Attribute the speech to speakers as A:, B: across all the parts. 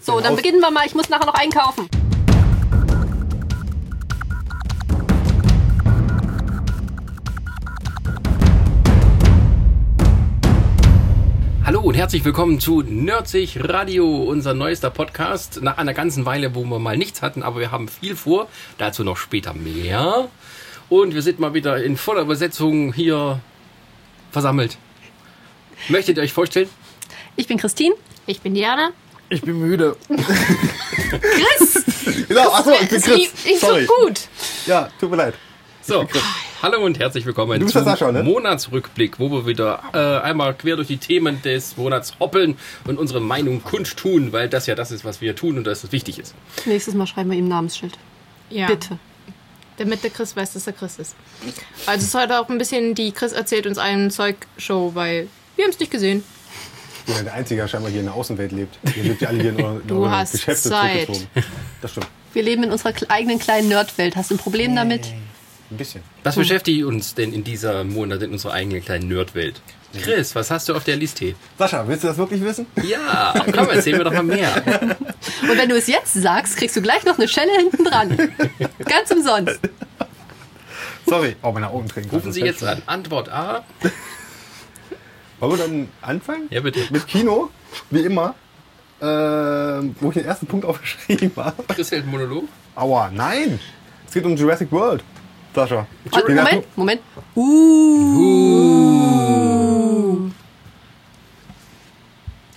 A: So, dann beginnen wir mal. Ich muss nachher noch einkaufen.
B: Hallo und herzlich willkommen zu Nerdsig Radio, unser neuester Podcast. Nach einer ganzen Weile, wo wir mal nichts hatten, aber wir haben viel vor. Dazu noch später mehr. Und wir sind mal wieder in voller Besetzung hier versammelt. Möchtet ihr euch vorstellen?
A: Ich bin Christine.
C: Ich bin Diana.
D: Ich bin müde.
C: Chris!
D: Genau, achso, ich bin
C: Es
D: Chris.
C: lief nicht
D: Sorry.
C: so gut.
D: Ja, tut mir leid.
B: So, hallo und herzlich willkommen
D: Du bist der Sascha, ne?
B: Monatsrückblick, wo wir wieder äh, einmal quer durch die Themen des Monats hoppeln und unsere Meinung kundtun, weil das ja das ist, was wir tun und das, was wichtig ist.
A: Nächstes Mal schreiben wir ihm ein Namensschild.
C: Ja,
A: Bitte.
C: damit der Chris weiß, dass er Chris ist. Also es ist heute auch ein bisschen die Chris erzählt uns einen Zeug-Show, weil wir haben es nicht gesehen.
D: Ich bin der Einzige, der scheinbar hier in der Außenwelt lebt. Ihr lebt ja alle hier in euren, in
C: Du
D: euren
C: hast
D: Geschäfte
C: Zeit.
D: zurückgezogen. Das stimmt.
A: Wir leben in unserer kle- eigenen kleinen Nerdwelt. Hast du ein Problem damit?
D: Ein bisschen.
B: Was beschäftigt uns denn in dieser Monat in unserer eigenen kleinen Nerdwelt? Chris, was hast du auf der Liste?
D: Sascha, willst du das wirklich wissen?
B: Ja, komm, erzähl mir doch mal mehr.
A: Und wenn du es jetzt sagst, kriegst du gleich noch eine Schelle hinten dran. Ganz umsonst.
D: Sorry. Oh, meine Augen trinken.
B: Rufen Sie jetzt an. Antwort A.
D: Wollen wir dann anfangen?
B: Ja, bitte.
D: Mit Kino, wie immer. Ähm, wo ich den ersten Punkt aufgeschrieben habe.
B: Chris hält einen Monolog.
D: Aua, nein! Es geht um Jurassic World. Sascha.
A: Und,
D: Den hast du-
A: Moment, Moment. Uh,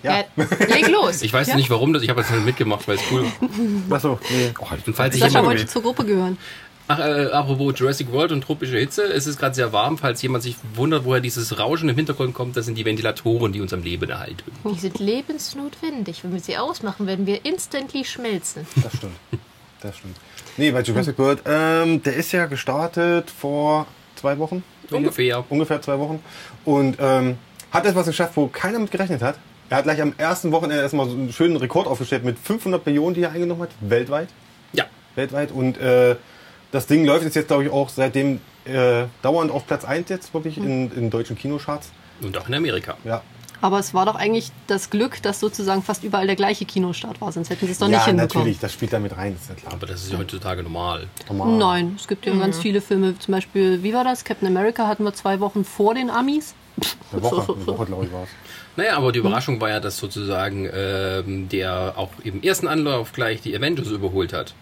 D: Ja.
C: leg los.
B: Ich weiß nicht warum das, ich habe jetzt nicht mitgemacht, weil es cool
D: Achso, nee.
B: oh, Und falls ich
A: Sascha
B: jemand,
A: wollte zur Gruppe gehören.
B: Ach, äh, apropos Jurassic World und tropische Hitze, es ist gerade sehr warm, falls jemand sich wundert, woher dieses Rauschen im Hintergrund kommt, das sind die Ventilatoren, die uns am Leben erhalten.
C: Die sind lebensnotwendig. Wenn wir sie ausmachen, werden wir instantly schmelzen.
A: Hm.
D: Das stimmt. Das stimmt. Nee, bei Jurassic World, ähm, der ist ja gestartet vor zwei Wochen.
B: Ungefähr.
D: Ungefähr zwei Wochen. Und ähm, hat etwas geschafft, wo keiner mit gerechnet hat. Er hat gleich am ersten Wochenende erstmal so einen schönen Rekord aufgestellt mit 500 Millionen, die er eingenommen hat, weltweit.
B: Ja,
D: Weltweit. Und äh, das Ding läuft jetzt, jetzt glaube ich, auch seitdem äh, dauernd auf Platz 1 jetzt, wirklich,
A: Hm.
D: in, in deutschen Kinocharts.
B: und auch in Amerika.
D: Ja,
A: Aber es war doch eigentlich das Glück, dass sozusagen fast überall der gleiche Kinostart war, sonst hätten sie es doch nicht
D: ja
A: hinbekommen.
D: natürlich, das spielt damit rein, ist ja klar.
B: Aber das ist ja heutzutage normal.
D: Normal.
A: Nein, es gibt ja
D: Mhm.
A: ganz viele Filme. Zum Beispiel, wie war das? Captain America hatten wir zwei Wochen vor den Amis.
D: Eine Woche, eine Woche glaube ich, war es.
B: Naja, aber die Überraschung war ja, dass sozusagen ähm, der auch im ersten Anlauf gleich die Avengers überholt hat.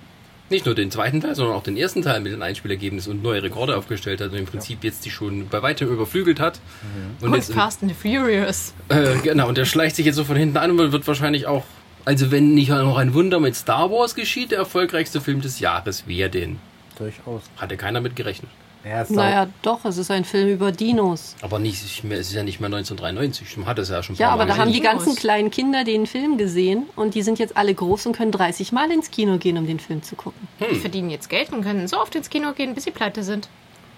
B: Nicht nur den zweiten Teil, sondern auch den ersten Teil mit den Einspielergebnissen und neue Rekorde aufgestellt hat und im Prinzip jetzt die schon bei weitem überflügelt hat.
C: Und
B: jetzt,
C: Fast and Furious.
B: äh, genau, und der schleicht sich jetzt so von hinten an und wird wahrscheinlich auch, also wenn nicht noch ein Wunder mit Star Wars geschieht, der erfolgreichste Film des Jahres, wer denn?
D: Durchaus.
B: Hatte keiner mit gerechnet.
D: Ja, ist
A: Naja, doch, es ist ein Film über Dinos.
B: Aber nicht mehr, es ist ja nicht mehr 1993, man hat es ja schon ein
A: Ja,
B: paar
A: aber
B: Mal
A: da haben die
B: gesehen.
A: ganzen
C: Dinos.
A: kleinen Kinder den Film gesehen und die sind jetzt alle groß und können 30 Mal ins Kino gehen, um den Film zu gucken.
C: Die verdienen jetzt Geld und können so oft ins Kino gehen, bis sie pleite sind.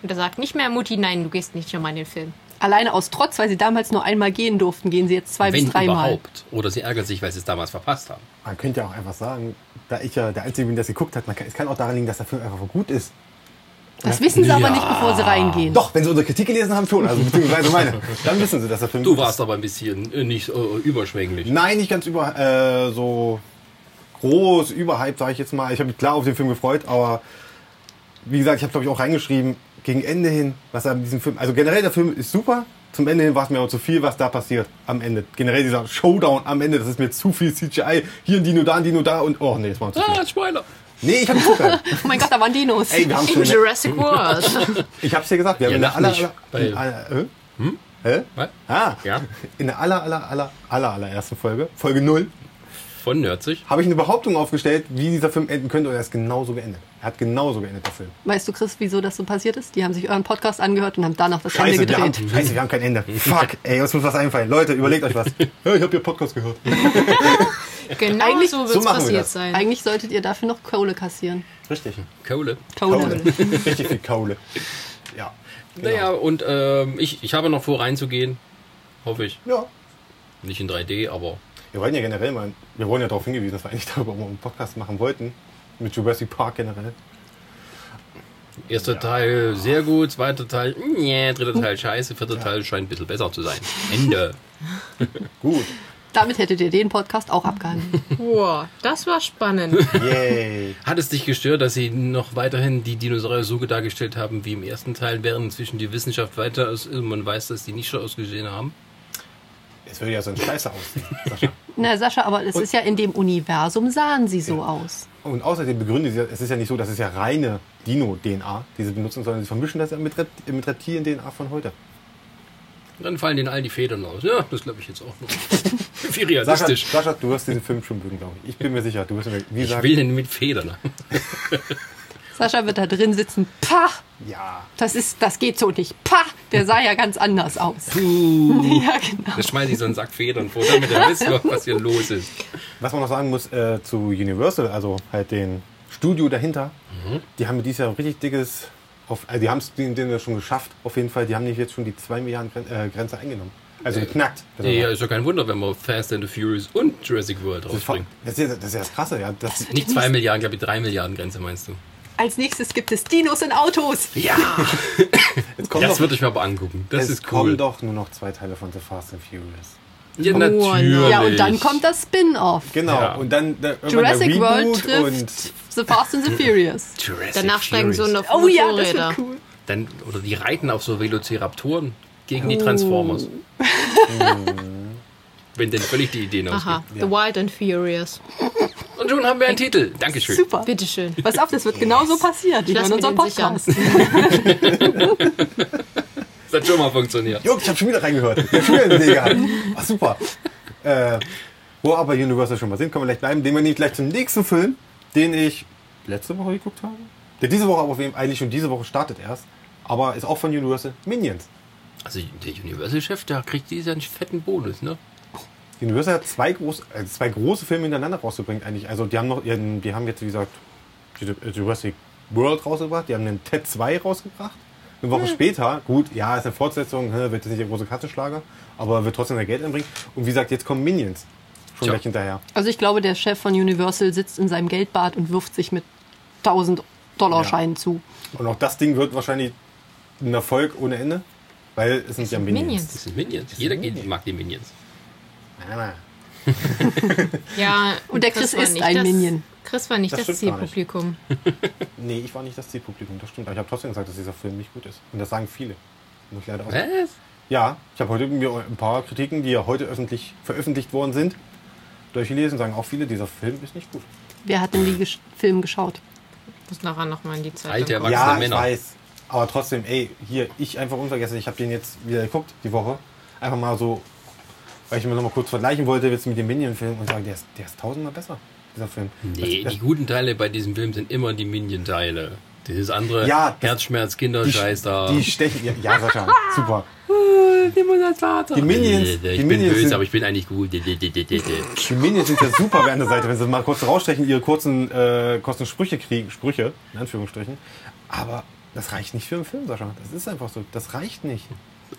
C: Und er sagt nicht mehr, Mutti, nein, du gehst nicht nochmal in den Film.
A: Alleine aus Trotz, weil sie damals nur einmal gehen durften, gehen sie jetzt zwei
B: wenn
A: bis dreimal.
B: überhaupt. Oder sie ärgern sich, weil sie es damals verpasst haben.
D: Man könnte ja auch einfach sagen, da ich ja der Einzige bin, der es geguckt hat, man kann, es kann auch daran liegen, dass der Film einfach gut ist.
A: Das wissen sie aber nicht, bevor sie reingehen.
D: ne? Doch, wenn sie unsere Kritik gelesen haben, schon, also beziehungsweise meine, dann wissen sie, dass der Film
B: Du
D: gut
B: warst
D: ist.
B: aber ein bisschen äh, nicht äh, überschwänglich.
D: Nein, nicht ganz über, äh, so groß, überhyped, sage ich jetzt mal. Ich habe mich klar auf den Film gefreut, aber wie gesagt, ich habe glaube ich auch reingeschrieben, gegen Ende hin, was er in diesem Film, also generell der Film ist super, zum Ende hin war es mir aber zu viel, was da passiert am Ende. Generell dieser Showdown am Ende, das ist mir zu viel CGI, hier ein Dino da, ein Dino da und, oh nee, das war zu viel.
B: Ah, Spoiler!
D: Nee, ich habe nicht zugehört.
A: Oh mein Gott, da waren Dinos.
D: Ey, wir haben schon
A: Ne.
C: In Jurassic Also World.
D: Ich hab's dir gesagt, wir haben
B: Ja,
D: in der
B: lach
D: aller,
B: nicht,
D: aller,
B: weil-
D: in aller, äh? Hä?
B: Was?
D: Ah,
B: Ja.
D: in der aller, aller, aller, aller, allerersten Folge, Folge 0,
B: Von Nerdzig.
D: habe ich eine Behauptung aufgestellt, wie dieser Film enden könnte und er ist genauso geendet. Er hat genauso geendet, der Film.
A: Weißt du, Chris, wieso das so passiert ist? Die haben sich euren Podcast angehört und haben danach das
D: Scheiße,
A: Ende
D: wir haben,
A: gedreht.
D: scheiße, wir haben kein Ende. Fuck, ey, uns muss was einfallen. Leute, überlegt euch was. Ja, ich hab hier Podcast gehört.
C: genau
A: Eigentlich-
C: so
D: so
C: wird es
D: machen wir
C: passiert
D: das.
C: sein.
A: Eigentlich solltet ihr dafür noch Kohle kassieren.
D: Richtig.
B: Kohle.
D: Kaule. Richtig viel Kaule. Ja. genau.
B: Naja, und ähm, ich, ich habe noch vor reinzugehen. Hoffe ich.
D: Ja.
B: Nicht in 3D, aber.
D: Wir wollten ja generell mal, wir wurden ja darauf hingewiesen, dass wir eigentlich darüber mal einen Podcast machen wollten. Mit Jurassic Park generell.
B: Erster Teil sehr gut, zweiter Teil, nee, dritter Teil scheiße, vierter Teil scheint ein bisschen besser zu sein. Ende.
D: Gut.
A: Damit hättet ihr den Podcast auch abgehandelt.
C: Wow, das war spannend.
D: Yay.
B: Hat es dich gestört, dass sie noch weiterhin die Dinosaurier so dargestellt haben wie im ersten Teil, während inzwischen die Wissenschaft weiter ist und man weiß, dass die nicht schon ausgesehen haben?
D: Jetzt würde ja so ein Scheiße aussehen, Sascha.
A: Na, Sascha, aber es ist ja in dem Universum, sahen sie so aus.
D: Und außerdem begründet sie, es ist ja nicht so, dass es ja reine Dino-DNA, die sie benutzen, sondern sie vermischen das ja mit, Rept mit Reptilien-DNA von heute.
B: Dann fallen denen all die Federn aus. Ja, das glaube ich jetzt auch noch. Wie
D: Sascha,
B: realistisch.
D: Sascha, du hast diesen Film schon mögen, glaube ich. Ich bin mir sicher, du wirst mir, wie
B: Ich
D: gesagt,
B: will denn mit Federn.
A: Sascha wird da drin sitzen. Pah!
D: ja.
A: Das ist, das geht so nicht. Pah! Der sah ja ganz anders aus.
B: Puh.
A: Ja, genau.
B: Da schmeiße ich so einen Sack Federn vor, damit ihr wisst, was hier los ist.
D: Was man noch sagen muss äh, zu Universal, also halt den Studio dahinter,
B: Mhm.
D: die haben dieses Jahr ein richtig dickes, auf, also die haben es denen denen schon geschafft, auf jeden Fall, die haben nicht jetzt schon die 2 Milliarden Gren äh, Grenze eingenommen. Also geknackt. Also,
B: Ja, ist ja kein Wunder, wenn man Fast and the Furious und Jurassic World
D: das, ist,
B: draufbringt.
D: das, ist ja, das ist ja das Krasse, ja. Das,
B: Nicht zwei Milliarden, glaube ich, drei Milliarden Grenze meinst du?
A: Als nächstes gibt es Dinos in Autos.
B: Ja,
D: jetzt kommen
B: das
D: doch,
B: würde ich mir aber angucken. Das
D: es
B: ist
D: kommen
B: cool.
D: doch nur noch zwei Teile von The Fast and Furious.
B: Ja,
C: Oh,
B: natürlich.
A: Ja, und dann kommt das Spin-off.
D: Genau,
B: Ja.
D: und dann äh, irgendwann
A: Jurassic
D: der
A: World
D: Reboot
A: trifft
D: und
A: The Fast and the Furious.
B: Jurassic
C: Danach steigen sie
B: Furious.
C: nur auf
A: Oh ja, das
C: Motorräder.
A: wird cool.
B: Dann, oder die reiten auf so Velociraptoren gegen
A: Oh.
B: die Transformers. Oh. Wenn denn völlig die Ideen
C: Aha,
B: ausgehen.
C: The Wild and Furious.
B: Und schon haben wir einen Titel. Dankeschön.
A: Super.
C: Bitteschön.
A: Pass auf, das wird genauso passiert. Ich
C: lass
A: hören
C: mir
A: unseren
C: den sichern.
A: Podcast.
B: Das hat schon mal funktioniert.
D: Jungs, ich habe schon wieder reingehört. Ich hab schon wieder eine Idee gehabt. Ach, super. Äh, wo aber Universal schon mal sind, können wir gleich bleiben. Den wir nämlich gleich zum nächsten Film, den ich letzte Woche geguckt habe. Der diese Woche aber auf jeden Fall eigentlich schon diese Woche startet erst. Aber ist auch von Universal. Minions.
B: Also der Universal-Chef, der kriegt diesen einen fetten Bonus, ne?
D: Universal hat zwei, groß, äh, zwei große Filme hintereinander rausgebracht eigentlich. Also die haben noch ihren, die haben jetzt, wie gesagt, Jurassic World rausgebracht, die haben den Ted 2 rausgebracht. Eine Woche später, gut, ja, ist eine Fortsetzung, hä, wird jetzt nicht der große Kassenschlager, aber wird trotzdem mehr Geld einbringen. Und wie gesagt, jetzt kommen Minions schon
B: Tja.
D: gleich hinterher.
A: Also ich glaube, der Chef von Universal sitzt in seinem Geldbad und wirft sich mit 1000 Dollar Scheinen zu.
D: Und auch das Ding wird wahrscheinlich ein Erfolg ohne Ende, weil es sind ja Minions.
B: Das sind Minions. Jeder geht, mag die Minions.
D: Ah,
C: Ja,
A: Und der Chris
C: war
A: ist
C: nicht
A: ein
C: das,
A: Minion.
C: Chris war nicht
D: Das
C: das,
D: stimmt gar nicht.
C: Zielpublikum.
D: nee, ich war nicht das Zielpublikum, das stimmt. Aber ich habe trotzdem gesagt, dass dieser Film nicht gut ist. Und das sagen viele. Muss ich leider auch
B: Was?
D: Ja, ich habe heute mir ein paar Kritiken, die ja heute öffentlich veröffentlicht worden sind, durchgelesen, sagen auch viele, dieser Film ist nicht gut.
A: Wer hat denn den Gesch- Film geschaut?
C: Muss nachher nochmal in die Zeit.
B: Alter,
C: angucken.
B: Erwachsene
D: ja,
B: Männer.
D: ich weiß. Aber trotzdem, ey, hier, ich einfach unvergessen, ich habe den jetzt wieder geguckt, die Woche. Einfach mal so, weil ich mir nochmal kurz vergleichen wollte jetzt mit dem Minion-Film und sagen, der ist, der ist tausendmal besser, dieser Film. Also,
B: Nee,
D: das,
B: die guten Teile bei diesem Film sind immer die Minion-Teile. Dieses andere
D: Ja, das-
B: Herzschmerz, Kinderscheiß da.
D: die stechen, ja, ja Sascha, super. Die Minions,
B: ich
D: die
B: bin
D: Minions
B: böse,
D: sind-
B: aber ich bin eigentlich gut. Wie
D: Die Minions sind ja super bei an der Seite, wenn sie mal kurz rausstechen, ihre kurzen, äh, kurzen Sprüche kriegen, Sprüche, in Anführungsstrichen. Aber das reicht nicht für einen Film, Sascha. Das ist einfach so. Das reicht nicht.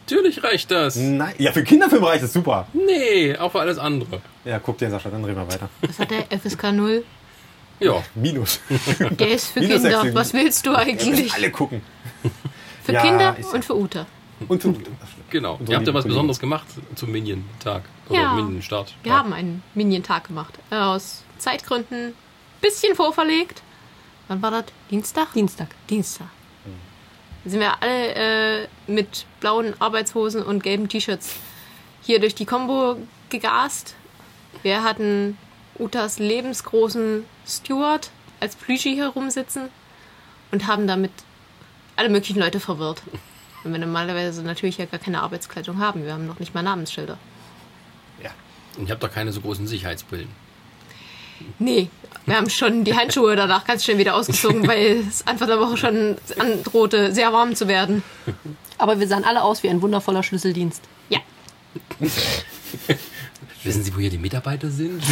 B: Natürlich reicht das.
D: Nein. Ja, für Kinderfilme reicht es super.
B: Nee, auch für alles andere.
D: Ja, guck dir Sascha, dann reden wir weiter.
C: Was hat der FSK 0?
B: Ja,
D: Minus.
C: Der ist für
D: Minus
C: Kinder.
D: sechs
C: Was willst du eigentlich?
D: Alle gucken.
C: Für
D: Ja,
C: Kinder
D: ich-
C: und für Uta.
D: Und für
B: genau.
D: Und
B: Ihr habt
D: so
B: ja
D: liebe
B: was
D: Kollegen.
B: Besonderes gemacht zum Minion-Tag. Oder
C: Ja.
B: Minion-Start.
C: Wir haben einen Minion-Tag gemacht. Aus Zeitgründen ein bisschen vorverlegt. Wann war das? Dienstag?
A: Dienstag.
C: Dienstag. Da sind wir alle äh, mit blauen Arbeitshosen und gelben T-Shirts hier durch die Combo gegast. Wir hatten Utas lebensgroßen Steward als Plüschi herumsitzen und haben damit alle möglichen Leute verwirrt. Wenn wir normalerweise natürlich ja gar keine Arbeitskleidung haben. Wir haben noch nicht mal Namensschilder.
D: Ja.
B: Und ich habe doch keine so großen Sicherheitsbrillen.
C: Nee, wir haben schon die Handschuhe danach ganz schnell wieder ausgezogen, weil es Anfang der Woche schon androhte, sehr warm zu werden.
A: Aber wir sahen alle aus wie ein wundervoller Schlüsseldienst.
C: Ja,
B: Wissen Sie, wo hier die Mitarbeiter sind?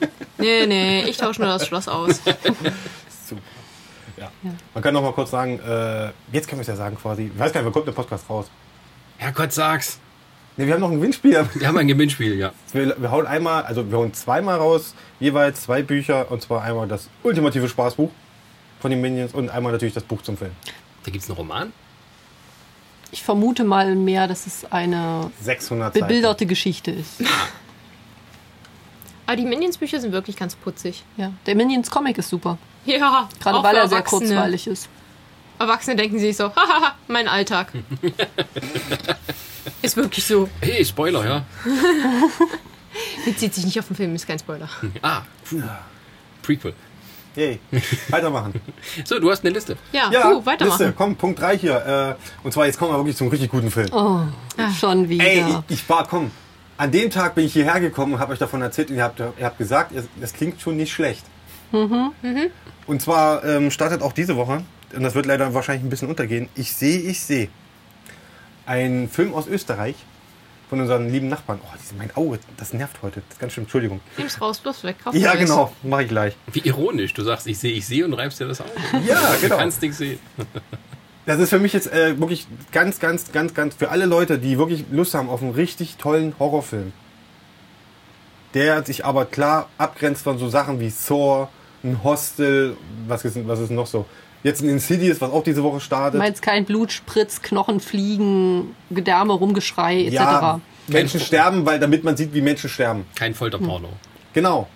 C: nee, nee, ich tausche nur das Schloss aus.
D: Super. Ja. Man kann noch mal kurz sagen, äh, jetzt können wir es ja sagen quasi. Ich weiß gar nicht, wann kommt der Podcast raus?
B: Herrgott, sag's.
D: Ne, wir haben noch ein Gewinnspiel.
B: Wir haben ein Gewinnspiel, ja.
D: Wir, wir hauen einmal, also wir hauen zweimal raus, jeweils zwei Bücher und zwar einmal das ultimative Spaßbuch von den Minions und einmal natürlich das Buch zum Film.
B: Da gibt's einen Roman.
A: Ich vermute mal mehr, dass es eine
D: 600 Seiten.
A: bebilderte Geschichte ist.
C: Aber die Minions-Bücher sind wirklich ganz putzig.
A: Ja. Der Minions Comic ist super.
C: Ja,
A: Gerade
C: auch
A: weil
C: für
A: er sehr
C: Erwachsene.
A: kurzweilig ist.
C: Erwachsene denken sich so, hahaha, mein Alltag. ist wirklich so.
B: Hey, Spoiler, ja.
C: Bezieht sich nicht auf den Film, ist kein Spoiler.
B: Ah, puh. Prequel.
D: Yay. Weitermachen.
B: So, du hast eine Liste.
C: Ja,
D: Ja,
C: puh, weitermachen.
D: Liste, komm, Punkt 3 hier. Äh, und zwar, jetzt kommen wir wirklich zum richtig guten Film.
A: Oh,
C: Ah.
A: schon wieder.
D: Ey, ich, ich war, komm. An dem Tag bin ich hierher gekommen und habe euch davon erzählt und ihr habt, ihr habt gesagt, es, das klingt schon nicht schlecht. Mhm. Und zwar ähm, startet auch diese Woche, und das wird leider wahrscheinlich ein bisschen untergehen, Ich sehe, ich sehe. Ein Film aus Österreich von unseren lieben Nachbarn. Oh, diese, mein Auge, das nervt heute. Das ist ganz schlimm, Entschuldigung.
C: Nimm's raus, bloß weg. kauf
D: Ja,
C: Neues.
D: genau, mache ich gleich.
B: Wie ironisch. Du sagst, ich sehe, ich sehe und reibst dir das auf.
D: Ja,
B: Du
D: genau.
B: kannst nichts sehen.
D: Das ist für mich jetzt äh, wirklich ganz, ganz, ganz, ganz für alle Leute, die wirklich Lust haben auf einen richtig tollen Horrorfilm. Der sich aber klar abgrenzt von so Sachen wie Saw, ein Hostel, was ist, was ist noch so? Jetzt ein Insidious, was auch diese Woche startet.
A: Meinst kein Blutspritz, Knochen fliegen, Gedärme, Rumgeschrei etc.
D: ja, Menschen sterben, weil damit man sieht, wie Menschen sterben.
B: Kein Folterporno.
D: Genau.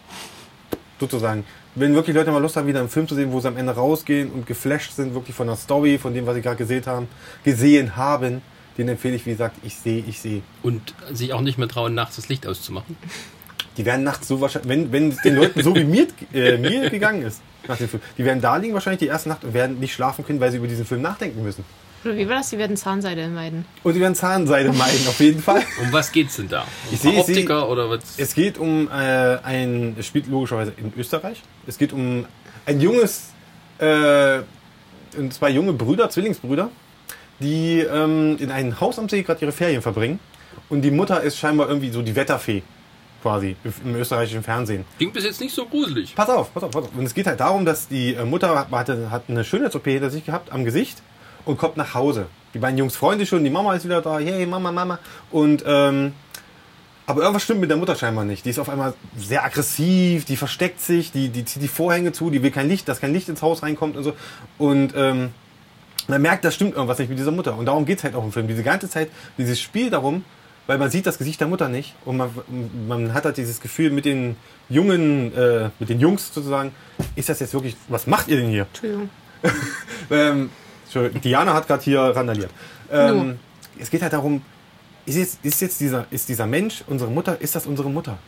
D: Sozusagen. Wenn wirklich Leute mal Lust haben, wieder einen Film zu sehen, wo sie am Ende rausgehen und geflasht sind, wirklich von der Story, von dem, was sie gerade gesehen haben, gesehen haben, den empfehle ich, wie gesagt, ich sehe, ich sehe.
B: Und sich auch nicht mehr trauen, nachts das Licht auszumachen.
D: Die werden nachts so wahrscheinlich, wenn, wenn es den Leuten so wie mir, äh, mir gegangen ist, nach dem Film, die werden da liegen wahrscheinlich die erste Nacht und werden nicht schlafen können, weil sie über diesen Film nachdenken müssen.
C: Oder wie war das? Sie werden Zahnseide meiden.
D: Und sie werden Zahnseide meiden, auf jeden Fall.
B: Um was geht's denn da? Um
D: Ich sehe, ich sehe-
B: Optiker oder was?
D: Es geht um äh, ein, es spielt logischerweise in Österreich. Es geht um ein junges, äh, und zwei junge Brüder, Zwillingsbrüder, die ähm, in einem Haus am See gerade ihre Ferien verbringen. Und die Mutter ist scheinbar irgendwie so die Wetterfee, quasi, im österreichischen Fernsehen.
B: Klingt bis jetzt nicht so gruselig.
D: Pass auf, pass auf, pass auf. Und es geht halt darum, dass die äh, Mutter hatte, hat eine Schönheits-OP hinter sich gehabt am Gesicht und kommt nach Hause. Die beiden Jungs freuen sich schon, die Mama ist wieder da, hey Mama, Mama. Und ähm, aber irgendwas stimmt mit der Mutter scheinbar nicht. Die ist auf einmal sehr aggressiv, die versteckt sich, die, die zieht die Vorhänge zu, die will kein Licht, dass kein Licht ins Haus reinkommt und so. Und ähm, man merkt, da stimmt irgendwas nicht mit dieser Mutter. Und darum geht's halt auch im Film. Diese ganze Zeit, dieses Spiel darum, weil man sieht das Gesicht der Mutter nicht und man, man hat halt dieses Gefühl mit den jungen, äh, mit den Jungs sozusagen, ist das jetzt wirklich, was macht ihr denn hier?
C: Entschuldigung.
D: Ähm, Entschuldigung, Diana hat gerade hier randaliert. Ähm, es geht halt darum, ist jetzt, ist jetzt dieser, ist dieser Mensch unsere Mutter, ist das unsere Mutter?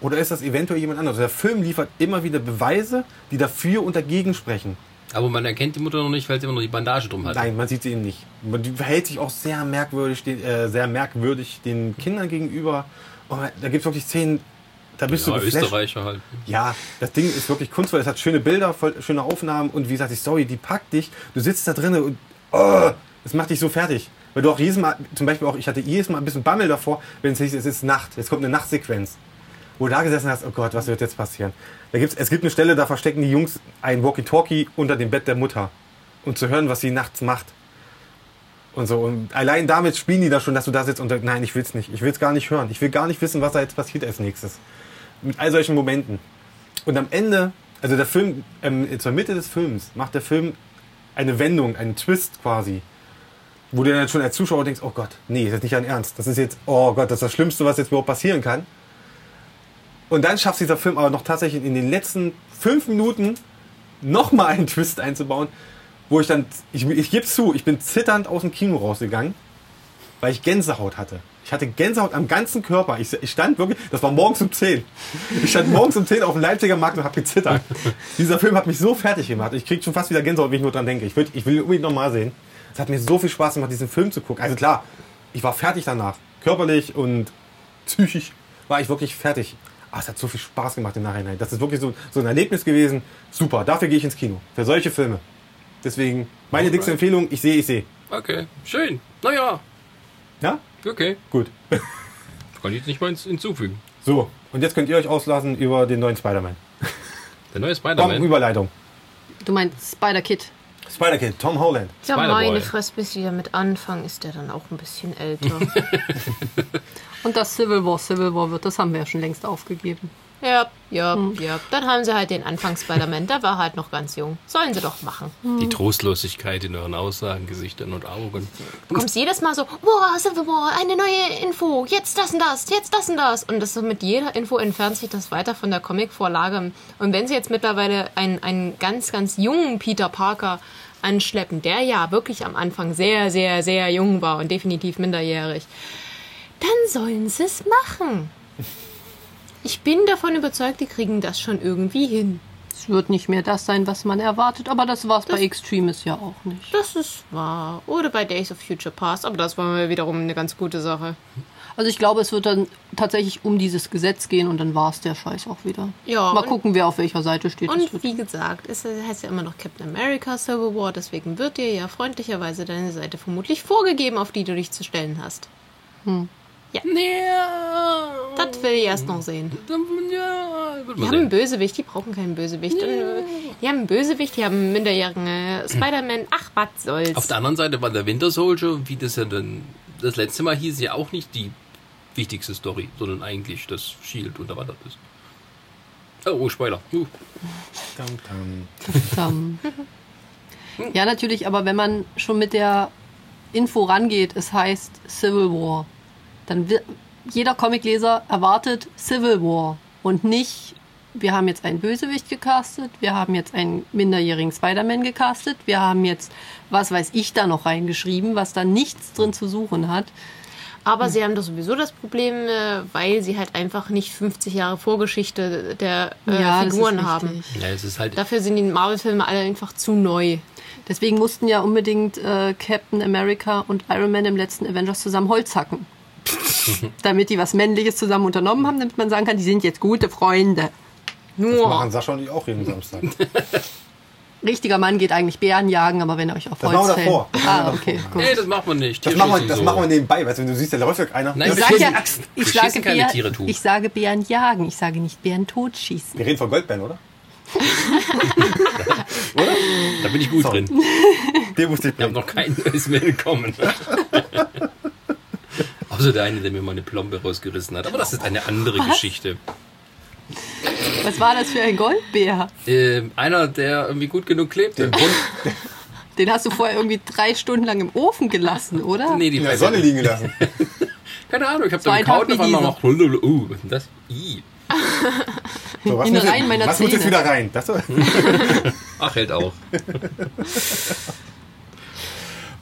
D: Oder ist das eventuell jemand anderes? Der Film liefert immer wieder Beweise, die dafür und dagegen sprechen.
B: Aber man erkennt die Mutter noch nicht, weil sie immer noch die Bandage drum hat.
D: Nein, man sieht sie eben nicht. Man die verhält sich auch sehr merkwürdig, den, äh, sehr merkwürdig den Kindern gegenüber. Und da gibt es wirklich Szenen, da bist
B: ja,
D: du geflasht.
B: Österreicher halt.
D: Ja, das Ding ist wirklich kunstvoll. Es hat schöne Bilder, voll, schöne Aufnahmen und wie gesagt, die Story, die packt dich. Du sitzt da drinnen und oh, das macht dich so fertig. Weil du auch jedes Mal, zum Beispiel auch, ich hatte jedes Mal ein bisschen Bammel davor, wenn es hieß, es ist Nacht, jetzt kommt eine Nachtsequenz. Wo du da gesessen hast, oh Gott, was wird jetzt passieren? Da gibt's, es gibt eine Stelle, da verstecken die Jungs ein Walkie-Talkie unter dem Bett der Mutter. Um zu hören, was sie nachts macht. Und so. Und allein damit spielen die da schon, dass du da sitzt und denkst, nein, ich will's nicht. Ich will's gar nicht hören. Ich will gar nicht wissen, was da jetzt passiert als nächstes mit all solchen Momenten. Und am Ende, also der Film, ähm, zur Mitte des Films macht der Film eine Wendung, einen Twist quasi. Wo du dann schon als Zuschauer denkst, oh Gott, nee, das ist nicht dein Ernst. Das ist jetzt, oh Gott, das ist das Schlimmste, was jetzt überhaupt passieren kann. Und dann schafft dieser Film aber noch tatsächlich in den letzten fünf Minuten nochmal einen Twist einzubauen, wo ich dann, ich, ich gebe zu, ich bin zitternd aus dem Kino rausgegangen weil ich Gänsehaut hatte. Ich hatte Gänsehaut am ganzen Körper. Ich, ich stand wirklich, das war morgens um 10. Ich stand morgens um 10 auf dem Leipziger Markt und habe gezittert. Dieser Film hat mich so fertig gemacht. Ich kriege schon fast wieder Gänsehaut, wenn ich nur dran denke. Ich, würd, ich will ihn unbedingt nochmal sehen. Es hat mir so viel Spaß gemacht, diesen Film zu gucken. Also klar, ich war fertig danach. Körperlich und psychisch war ich wirklich fertig. Aber es hat so viel Spaß gemacht im Nachhinein. Das ist wirklich so, so ein Erlebnis gewesen. Super, dafür gehe ich ins Kino. Für solche Filme. Deswegen meine dickste Empfehlung, ich sehe, ich sehe.
B: Okay, schön. Naja,
D: Ja?
B: okay.
D: Gut.
B: Kann ich jetzt nicht mal hinz- hinzufügen.
D: So, und jetzt könnt ihr euch auslassen über den neuen Spider-Man.
B: Der neue
D: Komm,
B: Spider-Man.
D: Überleitung.
A: Du meinst Spider-Kid.
D: Spider-Kid, Tom Holland.
C: Ja,
B: Spider-Boy.
C: meine Fresse, bis sie damit anfangen, ist der dann auch ein bisschen älter.
A: Und dass Civil War Civil War wird, das haben wir ja schon längst aufgegeben.
C: Ja, ja, ja. Dann haben sie halt den Anfangs-Spider-Man, der war halt noch ganz jung. Sollen sie doch machen.
B: Die Trostlosigkeit in euren Aussagen, Gesichtern und Augen.
C: Du kommst jedes Mal so, wow, Civil War, eine neue Info, jetzt das und das, jetzt das und das. Und das so mit jeder Info entfernt sich das weiter von der Comicvorlage. Und wenn sie jetzt mittlerweile einen, einen ganz, ganz jungen Peter Parker anschleppen, der ja wirklich am Anfang sehr, sehr, sehr jung war und definitiv minderjährig, dann sollen sie es machen. Ich bin davon überzeugt, die kriegen das schon irgendwie hin.
A: Es wird nicht mehr das sein, was man erwartet, aber das war's bei Extremis ja auch nicht.
C: Das ist wahr. Oder bei Days of Future Past, aber das war wiederum eine ganz gute Sache.
A: Also ich glaube, es wird dann tatsächlich um dieses Gesetz gehen und dann war es der Scheiß auch wieder.
C: Ja,
A: Mal
C: und-
A: gucken, wer auf welcher Seite steht. Das
C: Und
A: wird-
C: wie gesagt, es heißt ja immer noch Captain America Civil War, deswegen wird dir ja freundlicherweise deine Seite vermutlich vorgegeben, auf die du dich zu stellen hast.
B: Ja.
C: Das will ich erst noch sehen.
B: Ja, wird
C: Die
B: man
C: haben einen
B: sehen.
C: Bösewicht, die brauchen keinen Bösewicht. Und, äh, die haben einen Bösewicht, die haben einen minderjährigen äh, Spider-Man. Ach, was soll's.
B: Auf der anderen Seite war der Winter Soldier, wie das ja dann das letzte Mal hieß, ja auch nicht die wichtigste Story, sondern eigentlich das Shield unter Wasser ist. Oh, oh Spoiler. Uh.
A: Ähm, ja, natürlich, aber wenn man schon mit der Info rangeht, es heißt Civil War, dann wird jeder Comicleser erwartet Civil War und nicht, wir haben jetzt einen Bösewicht gecastet, wir haben jetzt einen minderjährigen Spider-Man gecastet, wir haben jetzt, was weiß ich, da noch reingeschrieben, was da nichts drin zu suchen hat.
C: Aber sie haben doch sowieso das Problem, äh, weil sie halt einfach nicht 50 Jahre Vorgeschichte der äh,
A: das ist
C: Figuren
A: richtig.
C: haben.
B: Ja, es ist halt.
C: Dafür sind die Marvel-Filme alle einfach zu neu.
A: Deswegen mussten ja unbedingt äh, Captain America und Iron Man im letzten Avengers zusammen Holz hacken. damit die was Männliches zusammen unternommen haben, damit man sagen kann, die sind jetzt gute Freunde.
C: Nur.
D: Machen Sascha und ich auch jeden Samstag.
A: Richtiger Mann geht eigentlich Bären jagen, aber wenn er euch auf
D: Das
A: Holz
D: machen wir
A: fällt.
D: davor. Das machen
A: Ah,
D: wir
A: okay,
D: davor.
A: gut.
B: Nee, das macht man nicht.
D: Das,
B: Hier
D: machen wir,
B: schießen
D: das
B: so.
D: machen wir nebenbei, weißt du, wenn du siehst, da läuft irgendeiner.
B: Nein,
A: Ich
D: wir,
B: wir
A: sage
D: reden,
A: ja,
B: schießen Achsen. Wir
A: ich sage,
B: schießen keine
A: Bären,
B: Tiere tot.
A: ich sage Bären jagen, ich sage nicht Bären totschießen.
D: wir reden von Goldband, oder?
B: Da bin ich gut
D: Sorry.
B: drin.
D: Den musste ich
B: Ich habe
D: bringen.
B: noch keinen ist mir gekommen. Außer der eine, der mir meine Plombe rausgerissen hat. Aber das ist eine andere Geschichte.
A: Was war das für ein Goldbär?
B: Ähm, einer, der irgendwie gut genug klebte.
D: Den Bund
A: Den hast du vorher irgendwie drei Stunden lang im Ofen gelassen, oder?
B: Nee, die
D: in der
B: weiß
D: Sonne
B: ich
D: liegen gelassen.
B: nicht. Keine Ahnung, ich habe
A: So
B: da
A: ein Tag
B: gekaut und
A: wie
B: auf einmal noch. Uh, was ist denn das? I.
D: So, was
A: In
D: muss jetzt-
A: rein meiner
D: Was muss jetzt
A: Zähne.
D: wieder rein? Das,
B: Ach, hält auch.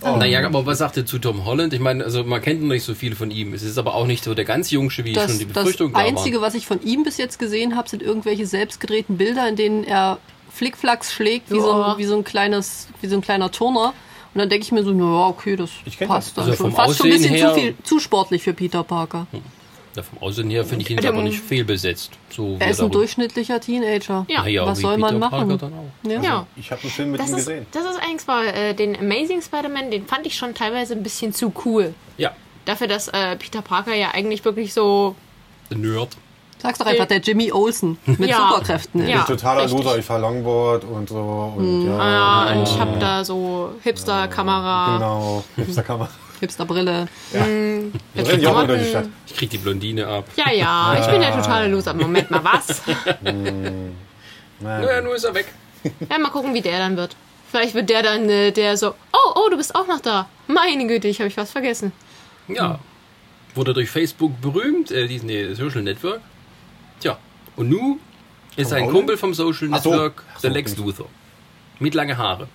A: Oh.
B: Naja, aber was sagt ihr zu Tom Holland? Ich meine, also man kennt noch nicht so viel von ihm. Es ist aber auch nicht so der ganz Jungsche, wie schon
A: Das,
B: die
A: das
B: Befürchtung da war.
A: Einzige, was ich von ihm bis jetzt gesehen habe, sind irgendwelche selbstgedrehten Bilder, in denen er Flickflacks schlägt, wie, so
C: Ja.
A: ein, wie, so ein kleines, wie so ein kleiner Turner. Und dann denke ich mir so, naja, okay, das
D: Ich kenn
A: passt
D: das.
A: dann
B: Also
A: schon.
B: vom
A: Fast schon ein
B: Aussehen
A: bisschen zu,
B: her-
A: viel, zu sportlich für Peter Parker.
B: Ja, vom Aussehen her finde ich ihn
C: Der-
B: aber nicht fehlbesetzt. So wie
A: Er ist ein
B: da-
A: durchschnittlicher Teenager.
C: Ja.
B: Naja,
A: Was
B: wie
A: soll man
B: Peter Parker
A: machen?
B: Dann
A: Ja.
B: auch.
C: Ja.
D: ich habe einen Film mit
C: Das
D: ihm
C: ist,
D: gesehen.
C: das ist eigentlich mal äh, den Amazing Spider-Man, den fand ich schon teilweise ein bisschen zu cool.
B: Ja,
C: Dafür, dass äh, Peter Parker ja eigentlich wirklich so.
B: der Nerd.
A: Sag's doch einfach, der Jimmy Olsen mit
C: Äh, Ja.
A: Superkräften. ne? ist.
C: Ja,
D: Totaler
C: richtig.
D: Loser, ich fahr Longboard und so. Und, ja,
C: Ah, und ich hab da so Hipster-Kamera.
D: Genau, Hipsterkammer.
A: Hipsterbrille.
D: Wir rennen ja auch nur durch die Stadt.
B: Ich krieg die Blondine ab.
C: Ja, ja, ich bin der totale Loser. Moment mal, was?
B: Naja, nun ist er weg.
C: Ja, mal gucken, wie der dann wird. Vielleicht wird der dann äh, der so, oh, oh, du bist auch noch da. Meine Güte, ich habe ich was vergessen.
A: Hm.
B: Ja. Wurde durch Facebook berühmt, äh, diesen nee, Social Network. Tja, und nu ist
D: Tom
B: ein
D: Holland?
B: Kumpel vom Social
D: Ach so.
B: Network
D: Ach so,
B: der Lex
D: okay.
B: Luthor. Mit lange Haare.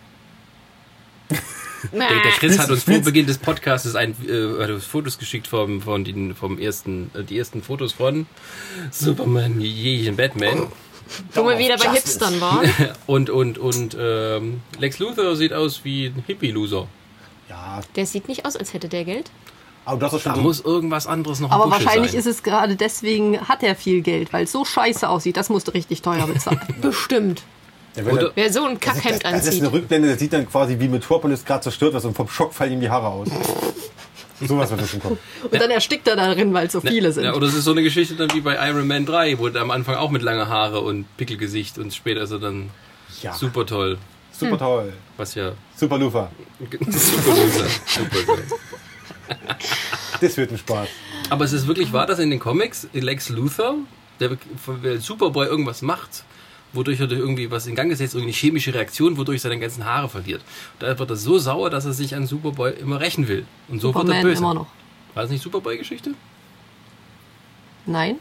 C: Mäh.
A: Äh,
B: Der, der Chris hat uns vor
D: Willst-
B: Beginn des Podcasts ein, äh, hat uns Fotos geschickt vom, von den, vom ersten, äh, die ersten Fotos von Superman, Jähchen, Batman.
C: Wo wir wieder bei Hipstern waren.
B: Und, und, und ähm, Lex Luthor sieht aus wie ein Hippie-Loser.
D: Ja,
C: Der sieht nicht aus, als hätte der Geld.
D: aber das ist
B: Da
D: schon so.
B: muss irgendwas anderes noch im
A: Mhm. Aber
B: Busche
A: wahrscheinlich
B: sein.
A: ist es gerade deswegen, hat er viel Geld, weil es so scheiße aussieht. Das musste richtig teuer bezahlen.
C: Bestimmt.
D: Ja, wenn
B: Oder-
D: er-
C: Wer so ein
D: das,
C: Kackhemd
D: Also, das ist eine
C: anzieht.
D: Rückblende, das sieht dann quasi wie Metropolis gerade zerstört was und vom Schock fallen ihm die Haare aus. Sowas wird das schon kommen.
A: Und dann erstickt er darin, weil es so viele sind.
B: Ne, Ja, oder es ist so eine Geschichte dann wie bei Iron Man 3, wo er am Anfang auch mit langer Haare und Pickelgesicht und später ist er dann
D: Ja, super,
B: super toll.
D: toll.
B: Was ja
D: Super Lufa.
B: super loser. Super toll.
D: Das wird ein Spaß.
B: Aber es ist wirklich wahr, dass in den Comics Lex Luthor der, der Superboy irgendwas macht, wodurch er durch irgendwie was in Gang gesetzt, irgendeine chemische Reaktion, wodurch er seine ganzen Haare verliert. Da wird er so sauer, dass er sich an Superboy immer rächen will. Und so
A: Superman
B: wird er böse.
A: immer noch.
B: War das nicht Superboy-Geschichte?
A: Nein.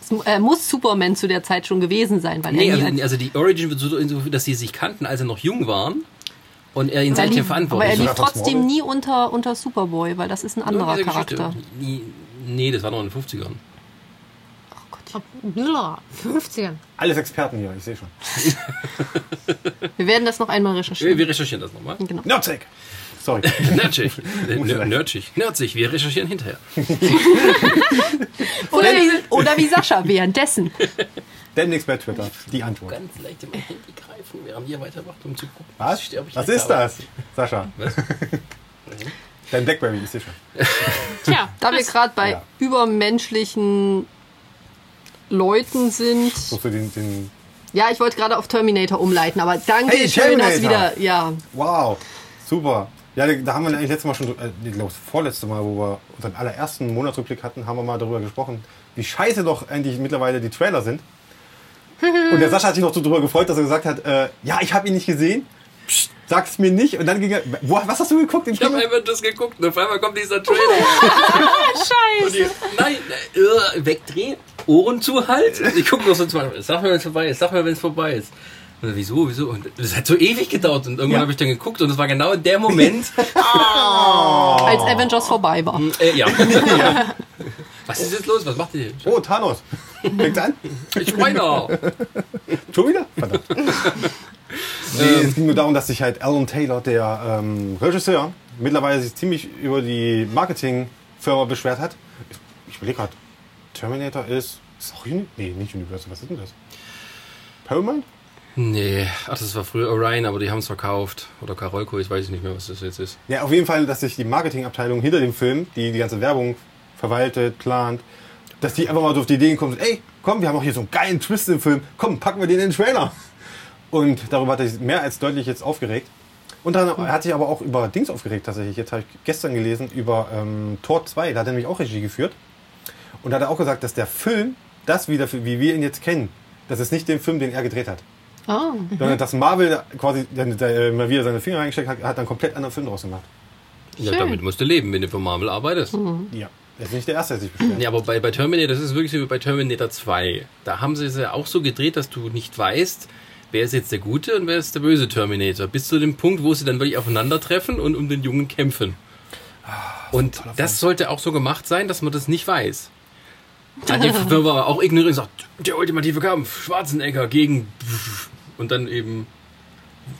A: Es, mu- äh, muss Superman zu der Zeit schon gewesen sein, weil
B: Nee,
A: er nie als-
B: also, also die Origin wird so, insofern, dass sie sich kannten, als sie noch jung waren und er ihn
A: er
B: seitdem
A: lief, aber er
B: verantwortlich
A: lief
D: Sogar Fox
A: trotzdem
D: Mulder.
A: nie unter, unter Superboy, weil das ist ein anderer
B: Diese Geschichte.
A: Charakter.
B: Nie- Nee, das war noch in den 50ern.
A: Oh Gott.
C: Ab 50ern.
D: Alles Experten hier, ich sehe schon.
A: Wir werden das noch einmal
B: Wir,
A: recherchieren.
B: wir recherchieren das nochmal.
A: Genau.
D: Nerdzig! Sorry.
B: Nerdig. Ner- Nerdig. Nerdig. Wir recherchieren hinterher.
A: Oder, wie, oder wie Sascha währenddessen.
D: Demnächst bei Twitter. Die Antwort.
B: Ganz leicht in mein Handy greifen, während ihr weitermacht, um zu gucken.
D: Was?
B: ob ich
D: Was
B: recht
D: ist
B: habe.
D: das? Sascha.
B: Was?
D: Dein Blackberry, ich sehe schon.
C: Tja,
A: Da wir gerade bei
D: Ja.
A: übermenschlichen Leuten sind.
D: So für den, den.
A: Ja, ich wollte gerade auf Terminator umleiten, aber danke
D: Hey,
A: schön, dass
D: Terminator!
A: wieder. Ja,
D: Wow. Super. Ja, da- da haben wir eigentlich letztes Mal schon, äh, nee, glaube das vorletzte Mal, wo wir unseren allerersten Monatsrückblick hatten, haben wir mal darüber gesprochen, wie scheiße doch eigentlich mittlerweile die Trailer sind. Und der Sascha hat sich noch so drüber gefreut, dass er gesagt hat, äh, ja, ich habe ihn nicht gesehen, Psst, sag's mir nicht. Und dann ging er, wo, was hast du geguckt im
B: Ich habe
D: Kino?
B: einfach das geguckt und auf einmal kommt dieser Trailer. Und
C: scheiße.
B: die, nein, äh, wegdrehen, Ohren zu halt. Ich gucke noch so zweimal. Sag mir, wenn es vorbei ist. Sag mir, wenn es vorbei ist. Und wieso, wieso? Und das hat so ewig gedauert. Und irgendwann
D: Ja.
B: habe ich dann geguckt und es war genau der Moment.
A: als Avengers vorbei war.
B: äh, ja. Was ist jetzt los? Was macht ihr
D: Oh, Thanos. Fängt an?
B: hier? Ich meine.
D: Schon wieder? Ähm. Verdammt. nee, es ging nur darum, dass sich halt Alan Taylor, der ähm, Regisseur, mittlerweile sich ziemlich über die Marketingfirma beschwert hat. Ich überlege gerade, Terminator ist. ist auch Uni nee, nicht Universal, was ist denn das? Paramount?
B: Nee, ach, das war früher Orion, aber die haben es verkauft. Oder Karolko, ich weiß nicht mehr, was das jetzt ist.
D: Ja, auf jeden Fall, dass sich die Marketingabteilung hinter dem Film, die die ganze Werbung verwaltet, plant, dass die einfach mal so auf die Idee kommen, ey, komm, wir haben auch hier so einen geilen Twist im Film, komm, packen wir den in den Trailer. Und darüber hat er sich mehr als deutlich jetzt aufgeregt. Und dann hat sich aber auch über Dings aufgeregt tatsächlich. Jetzt habe ich gestern gelesen über ähm, Tor 2, da hat er nämlich auch Regie geführt. Und da hat er auch gesagt, dass der Film das wieder, für- wie wir ihn jetzt kennen, das ist nicht den Film, den er gedreht hat.
A: Ah.
C: Oh.
D: Sondern dass Marvel quasi, dann, dann, mal wieder seine Finger reingesteckt hat, hat dann komplett anderen Film draus gemacht.
B: Ja, damit musst du leben, wenn du für Marvel arbeitest.
D: Ja. Er ist nicht der Erste, der sich beschwert.
B: Nee, aber bei, bei Terminator, das ist wirklich so wie bei Terminator 2. Da haben sie es ja auch so gedreht, dass du nicht weißt, wer ist jetzt der gute und wer ist der böse Terminator. Bis zu dem Punkt, wo sie dann wirklich aufeinandertreffen und um den Jungen kämpfen. Und das sollte auch so gemacht sein, dass man das nicht weiß. Hat die Firma aber auch ignoriert und sagt, der ultimative Kampf, Schwarzenegger gegen... Und dann eben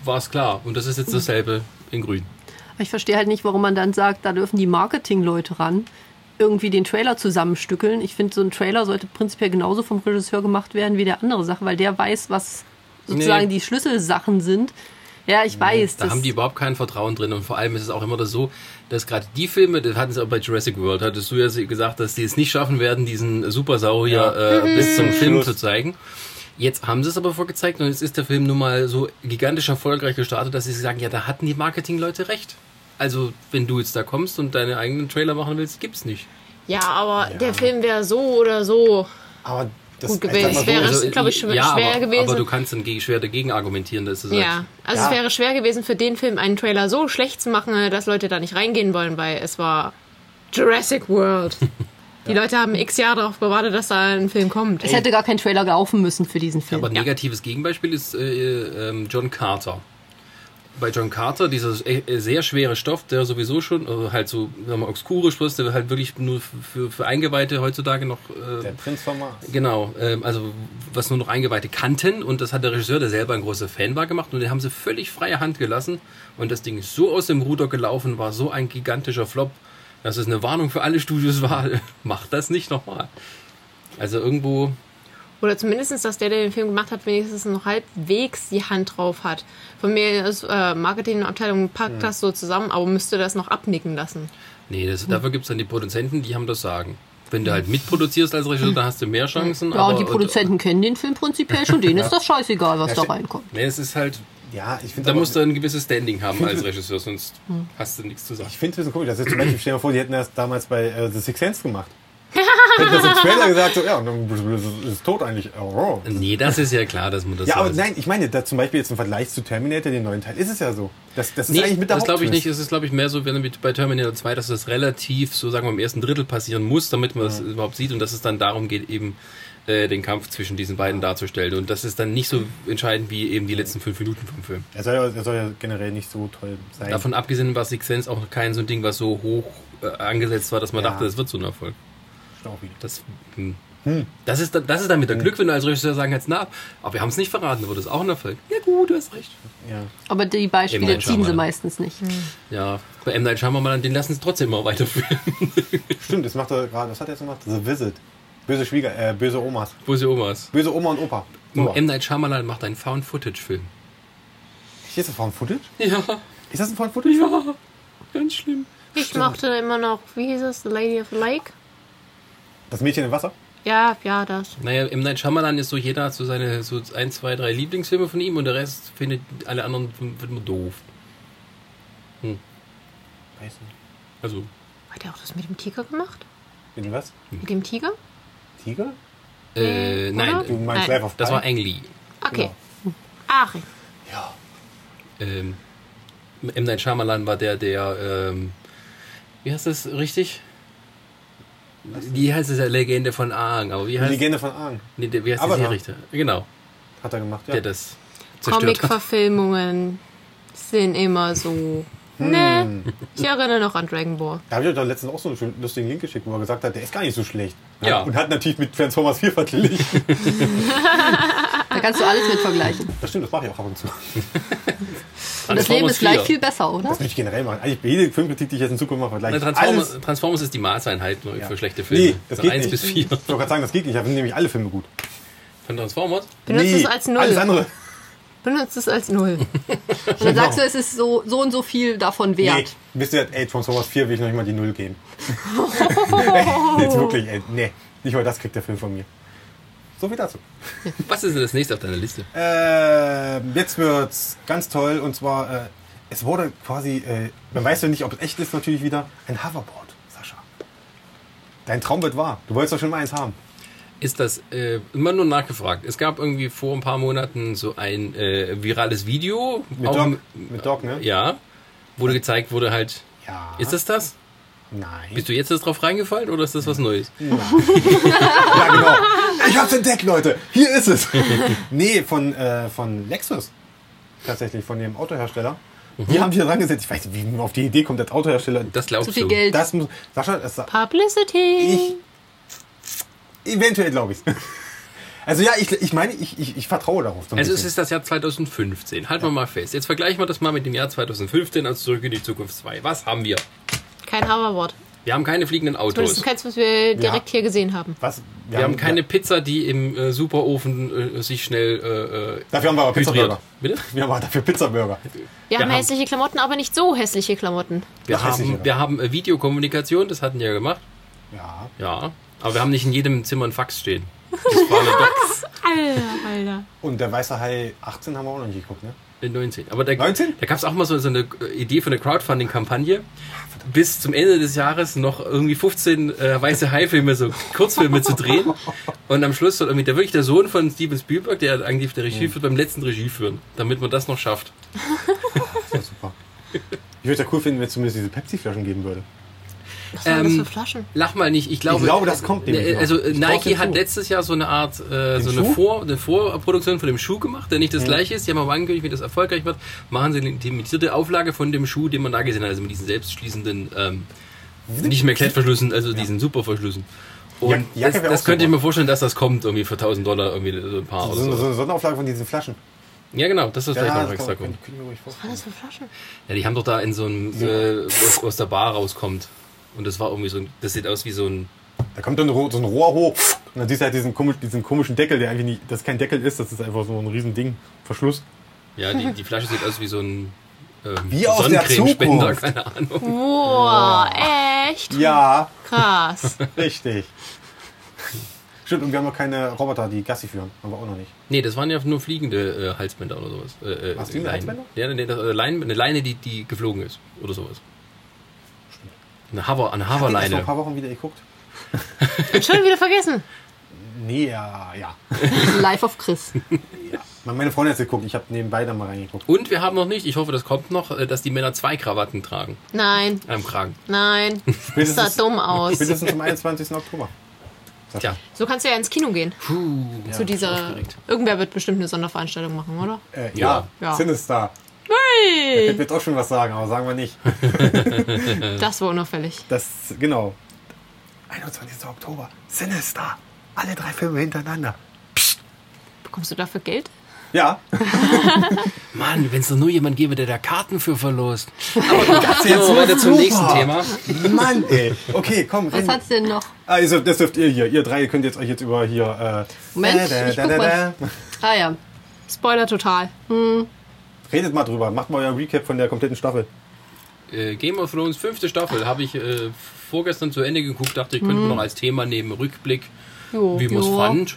B: war es klar. Und das ist jetzt dasselbe in grün.
A: Ich verstehe halt nicht, warum man dann sagt, da dürfen die Marketingleute ran, irgendwie den Trailer zusammenstückeln. Ich finde, so ein Trailer sollte prinzipiell genauso vom Regisseur gemacht werden wie der andere Sache, weil der weiß, was sozusagen
B: Nee.
A: die Schlüsselsachen sind. Ja, ich weiß.
B: Da
A: das-
B: haben die überhaupt kein Vertrauen drin und vor allem ist es auch immer das so, dass gerade die Filme, das hatten sie auch bei Jurassic World, hattest du ja gesagt, dass die es nicht schaffen werden, diesen Supersaurier
C: Mhm.
B: äh, bis zum Film zu zeigen. Jetzt haben sie es aber vorgezeigt und jetzt ist der Film nun mal so gigantisch erfolgreich gestartet, dass sie sagen, ja, da hatten die Marketingleute recht. Also, wenn du jetzt da kommst und deine eigenen Trailer machen willst, gibt's nicht.
C: Ja, aber der Film wäre so oder so.
D: Aber das
C: Gut gewesen.
D: ich sag mal
C: Wäre-
D: so,
C: es, glaub ich, schwer-
B: Also, ja,
C: schwer
B: aber,
C: gewesen.
B: Aber du kannst dann ge- schwer dagegen argumentieren, halt dass du sagst,
C: Ja, also
D: Ja.
C: es wäre schwer gewesen für den Film einen Trailer so schlecht zu machen, äh, dass Leute da nicht reingehen wollen, weil es war Jurassic World. Die Leute haben x Jahre darauf gewartet, dass da ein Film kommt.
A: es hätte gar kein Trailer gelaufen müssen für diesen Film.
B: Aber ein negatives Gegenbeispiel ist äh, ähm, John Carter. Bei John Carter, dieser äh, sehr schwere Stoff, der sowieso schon äh, halt so sagen wir mal, obskure Sprichwörter, der halt wirklich nur für, für Eingeweihte heutzutage noch. Äh,
D: Der Prinz von Mars.
B: Genau, ähm, also was nur noch Eingeweihte kannten und das hat der Regisseur, der selber ein großer Fan war, gemacht und den haben sie völlig freie Hand gelassen und das Ding ist so aus dem Ruder gelaufen, war so ein gigantischer Flop, dass es eine Warnung für alle Studios war, macht das nicht nochmal. Also irgendwo,
C: Oder zumindestens, dass der, der den Film gemacht hat, wenigstens noch halbwegs die Hand drauf hat. Von mir ist äh, Marketingabteilung packt das so zusammen, aber müsste das noch abnicken lassen.
B: Nee, das,
A: Hm.
B: dafür gibt's dann die Produzenten, die haben das Sagen. Wenn du halt mitproduzierst als Regisseur, dann hast du mehr Chancen.
A: ja, und die Produzenten kennen den Film prinzipiell schon, denen ist das scheißegal, was
D: Ja,
A: da
D: stimmt.
A: reinkommt.
B: nee, es ist halt,
D: Ja, ich finde
B: da
D: aber-
B: musst du ein gewisses Standing haben als Regisseur, sonst
A: Hm.
B: hast du nichts zu sagen.
D: Ich finde es ein bisschen komisch. Das ist zum Beispiel, stell dir mal vor, die hätten das damals bei äh, The Sixth Sense gemacht. Hätte das im Trailer gesagt, so, ja, dann ist es tot eigentlich. Oh.
B: Nee, das ist ja klar, dass man das
D: Ja, aber
B: weiß.
D: nein, ich meine, da zum Beispiel jetzt im Vergleich zu Terminator, den neuen Teil, ist es ja so. Das, das ist
B: Nee,
D: eigentlich mit der
B: das glaube ich
D: Haupttwist.
B: nicht. Es ist, glaube ich, mehr so, wenn mit- bei Terminator 2, dass das relativ, so sagen wir, im ersten Drittel passieren muss, damit man das überhaupt sieht und dass es dann darum geht, eben äh, den Kampf zwischen diesen beiden darzustellen. Und das ist dann nicht
A: Hm.
B: so entscheidend wie eben die letzten fünf Minuten vom Film.
D: Er soll, ja, er soll ja generell nicht so toll sein.
B: Davon abgesehen war Six Sense auch kein so ein Ding, was so hoch äh, angesetzt war, dass man
D: Ja.
B: dachte, das wird so ein Erfolg.
D: Auch wieder.
B: Das, hm. das, ist, dann- das ist dann mit der Glück, wenn du als Regisseur sagen kannst, na, aber wir haben es nicht verraten, wurde es auch ein Erfolg. Ja gut, du hast recht.
D: Ja.
A: Aber die
B: Eben,
A: Beispiele
B: dann schauen
A: ziehen
B: wir
A: sie
B: dann.
A: meistens nicht.
B: Ja, bei M. Night Shyamalan, den lassen es trotzdem mal weiterführen.
D: Stimmt, das macht er gerade, was hat er jetzt gemacht? The Visit. Böse Schwieger, äh, böse Omas.
B: Wo ist die Omas?
D: Böse Oma und Opa.
B: Und M. Night Shyamalan macht einen Found-Footage-Film.
D: Hier ist das Found Footage?
B: Ja,
D: Ist das ein Found Footage?
B: ja, ganz schlimm.
C: Ich mochte immer noch, wie hieß es, The Lady of the Lake?
D: Das Mädchen im Wasser?
C: Ja, ja, das.
B: Naja, M. Night Shyamalan ist so, jeder hat so seine so ein, zwei, drei Lieblingsfilme von ihm und der Rest findet alle anderen wird man doof.
D: Weiß nicht.
B: Also,
C: Hat er auch das mit dem Tiger gemacht?
D: Mit dem was?
C: Mit dem Tiger?
D: Tiger?
B: äh,
C: Oder?
D: Du
B: nein,
C: Nein.
D: meinst Life of
B: das war
D: Pi?
B: Ang Lee.
C: Okay.
D: Genau.
C: Ach, ich-
D: Ja.
B: Ähm, M. Night Shyamalan war der, der, ähm, wie heißt das richtig? Wie heißt es ja Legende von Aang? Aber wie
D: Die
B: heißt,
D: Legende von Aang
B: nee, der, wie heißt das
D: Avatar.
B: hier richtig? Genau,
D: hat er gemacht, ja.
B: der das zerstört hat.
C: Comic-Verfilmungen sind immer so. Ne? Ich erinnere noch an Dragon Ball.
D: Da habe ich euch doch letztens auch so einen schönen, lustigen Link geschickt, wo er gesagt hat, der ist gar nicht so schlecht.
B: Ja.
D: Und hat natürlich mit Transformers 4 verglichen.
A: Da kannst du alles mit vergleichen.
D: Das stimmt, das mache ich auch ab und zu.
A: Und das Leben ist gleich viel besser, oder?
D: Das würde ich generell machen. Eigentlich bei jeder Filmkritik, die ich jetzt in Zukunft mache, vergleiche
B: Nein,
D: ich
B: Transformers,
D: alles.
B: Transformers ist die Maßeinheit nur für schlechte
D: Nee,
B: Filme.
D: das
B: also
D: geht
B: 1
D: nicht.
B: bis 4
D: Ich wollte gerade sagen, das geht nicht. Da sind nämlich alle Filme gut.
B: von Transformers.
C: Benutzt es als Null.
D: alles andere.
C: Benutzt es als Null.
A: Und
B: Genau.
A: dann sagst du, es ist so, so und so viel davon
D: Nee,
A: wert.
D: wisst ihr, ey, Transformers 4 will ich noch nicht mal die Null geben. Jetzt wirklich, ey, nee. Nicht mal das kriegt der Film von mir. So viel dazu.
B: Was ist denn das nächste auf deiner Liste?
D: Äh, jetzt wird's ganz toll und zwar, äh, es wurde quasi, äh, man weiß ja nicht, ob es echt ist natürlich wieder, ein Hoverboard, Sascha. Dein Traum wird wahr. Du wolltest doch schon mal eins haben.
B: Ist das äh, immer nur nachgefragt? Es gab irgendwie vor ein paar Monaten so ein äh, virales Video.
D: Mit
B: auch
D: Doc,
B: im-
D: mit Doc ne?
B: Ja, wurde gezeigt, wurde halt.
D: Ja.
B: Ist das das?
D: Nein.
B: Bist du jetzt erst drauf reingefallen oder ist das was Neues?
D: Ja, genau. Ich hab's entdeckt, Leute. Hier ist es. nee, von, äh, von Lexus. Tatsächlich, von dem Autohersteller. Die haben sich da dran gesetzt. Ich weiß nicht, wie man auf die Idee kommt, als Autohersteller.
B: Mhm. Das glaubst
A: Zu viel
B: du.
A: Geld.
D: Das muss. Sascha, das, ich.
C: Publicity.
D: Eventuell glaube ich Also ja, ich, ich meine, ich, ich, ich vertraue darauf. So ein
B: Also es
D: bisschen.
B: ist das Jahr 2015. Halten wir mal fest. Jetzt vergleichen wir das mal mit dem Jahr 2015 als Zurück in die Zukunft 2. Was haben wir?
C: Kein Hoverboard.
B: Wir haben keine fliegenden
C: Zumindest
B: Autos.
C: keins, was wir direkt hier gesehen haben.
D: Was?
B: Wir haben keine Pizza, die im äh, Superofen äh, sich schnell äh, äh,
D: Dafür haben wir aber
B: hydriert.
D: Pizzaburger.
B: Bitte?
D: Wir haben aber dafür Pizzaburger.
C: Wir, haben
B: haben-
C: hässliche Klamotten, aber nicht so hässliche Klamotten.
B: Wir
D: Das heißt nicht,
B: haben,
D: oder?
B: wir haben äh, Videokommunikation, das hatten wir ja gemacht.
D: Ja.
B: Ja. Aber wir haben nicht in jedem Zimmer einen Fax stehen. Das war eine Doc
C: Alter, Alter.
D: Und der weiße Hai 18 haben wir auch noch nicht geguckt, ne?
B: in 19. Äh, Aber da,
D: 19?
B: da gab es auch mal so, so eine äh, Idee für eine Crowdfunding-Kampagne. Bis zum Ende des Jahres noch irgendwie 15 äh, weiße Hai-Filme, so Kurzfilme zu drehen. Und am Schluss soll irgendwie der wirklich der Sohn von Steven Spielberg, der eigentlich der Regie führt, beim letzten Regie führen, damit man das noch schafft.
D: Das war super. Ich würde ja cool finden, wenn es zumindest diese Pepsi-Flaschen geben würde.
C: Was waren das
B: Ähm,
C: für Flaschen?
B: Lach mal nicht, ich glaube.
D: Ich glaube, das kommt nämlich
B: äh,
D: noch.
B: Also äh,
D: Ich traue
B: Nike
D: dem
B: hat
D: zu.
B: letztes Jahr so eine Art, äh, so eine,
D: Schuh?
B: Vor, eine Vorproduktion von dem Schuh gemacht, der nicht das gleiche ist. Die haben aber angekündigt, wenn das erfolgreich wird, machen sie eine limitierte Auflage von dem Schuh, den man da gesehen hat, also mit diesen selbstschließenden, ähm, nicht mehr Klettverschlüssen, also diesen Superverschlüssen. Und
D: Ja- Jacke
B: das,
D: wär
B: das
D: auch
B: könnte ich
D: super.
B: mir vorstellen, dass das kommt, irgendwie für 1000 Dollar, irgendwie so ein paar
D: So,
B: oder
D: eine- so
B: so.
D: eine Sonderauflage von diesen Flaschen.
B: Ja, genau, das ist vielleicht noch
D: das
B: extra
D: kann,
B: kommt.
D: kann, kann ich mir ruhig
C: Was waren
D: vorstellen.
C: das für Flaschen?
B: Ja, die haben doch da in so einem, äh, aus, aus der Bar rauskommt. Und das war irgendwie so ein, das sieht aus wie so ein,
D: Da kommt dann so ein Rohr hoch und dann siehst du halt diesen, komisch, diesen komischen Deckel, der eigentlich nicht, das kein Deckel ist, das ist einfach so ein riesen Ding. Verschluss.
B: Ja, die, die Flasche sieht aus wie so ein ähm,
D: Wie aus der
B: Sonnencremespender,
D: Zukunft.
B: keine Ahnung.
C: Boah, echt?
D: Ja,
C: Krass.
D: richtig. Stimmt, und wir haben noch keine Roboter, die Gassi führen. Haben wir auch noch nicht.
B: Nee, das waren ja nur fliegende äh, Halsbänder oder sowas. Äh, äh,
D: Was, fliegende Halsbänder?
B: Ja, nee, das, äh, Leine, eine Leine, die, die geflogen ist oder sowas. Eine Hover, eine
D: Ich hab den erst vor ein
B: Hoverleine.
D: paar Wochen wieder geguckt.
C: Und schon wieder vergessen.
D: Nee, ja, ja.
A: Life of Chris.
D: Meine Freundin hat geguckt, ich habe nebenbei da mal reingeguckt.
B: Und wir haben noch nicht, ich hoffe, das kommt noch, äh, dass die Männer zwei Krawatten tragen
C: Nein,
B: am Kragen.
C: nein. Das sah
D: Spätestens-
C: dumm aus.
D: Spätestens am 21. Oktober.
B: Tja,
C: So kannst du ja ins Kino gehen.
B: puh.
C: zu dieser. Irgendwer wird bestimmt eine Sonderveranstaltung machen, oder?
D: Äh,
B: Ja.
D: ja,
C: Ja.
D: Sinister. Ich
C: Hey!
D: hätte jetzt auch schon was sagen, aber sagen wir nicht.
C: Das war unauffällig.
D: Das, genau. 21. Oktober. Sinister. Alle drei Filme hintereinander.
C: Bekommst du dafür Geld?
D: Ja,
B: Mann, wenn es nur jemand gäbe, der da Karten für verlost.
D: das jetzt
B: So,
D: wird
B: weiter zum
D: super.
B: nächsten Thema.
D: Mann, ey. Okay, komm,
A: Was
D: reden.
A: hat's denn noch?
D: Also, das dürft ihr hier. Ihr drei könnt jetzt euch jetzt über hier. Äh,
A: Moment, ich guck mal. Ah ja.
C: Spoiler total.
D: Redet mal drüber. Macht mal euer Recap von der kompletten Staffel.
B: Äh, Game of Thrones, fünfte Staffel, habe ich äh, vorgestern zu Ende geguckt, dachte ich, könnte man noch als Thema nehmen, Rückblick,
C: Jo.
B: wie man es
A: Ja.
B: fand.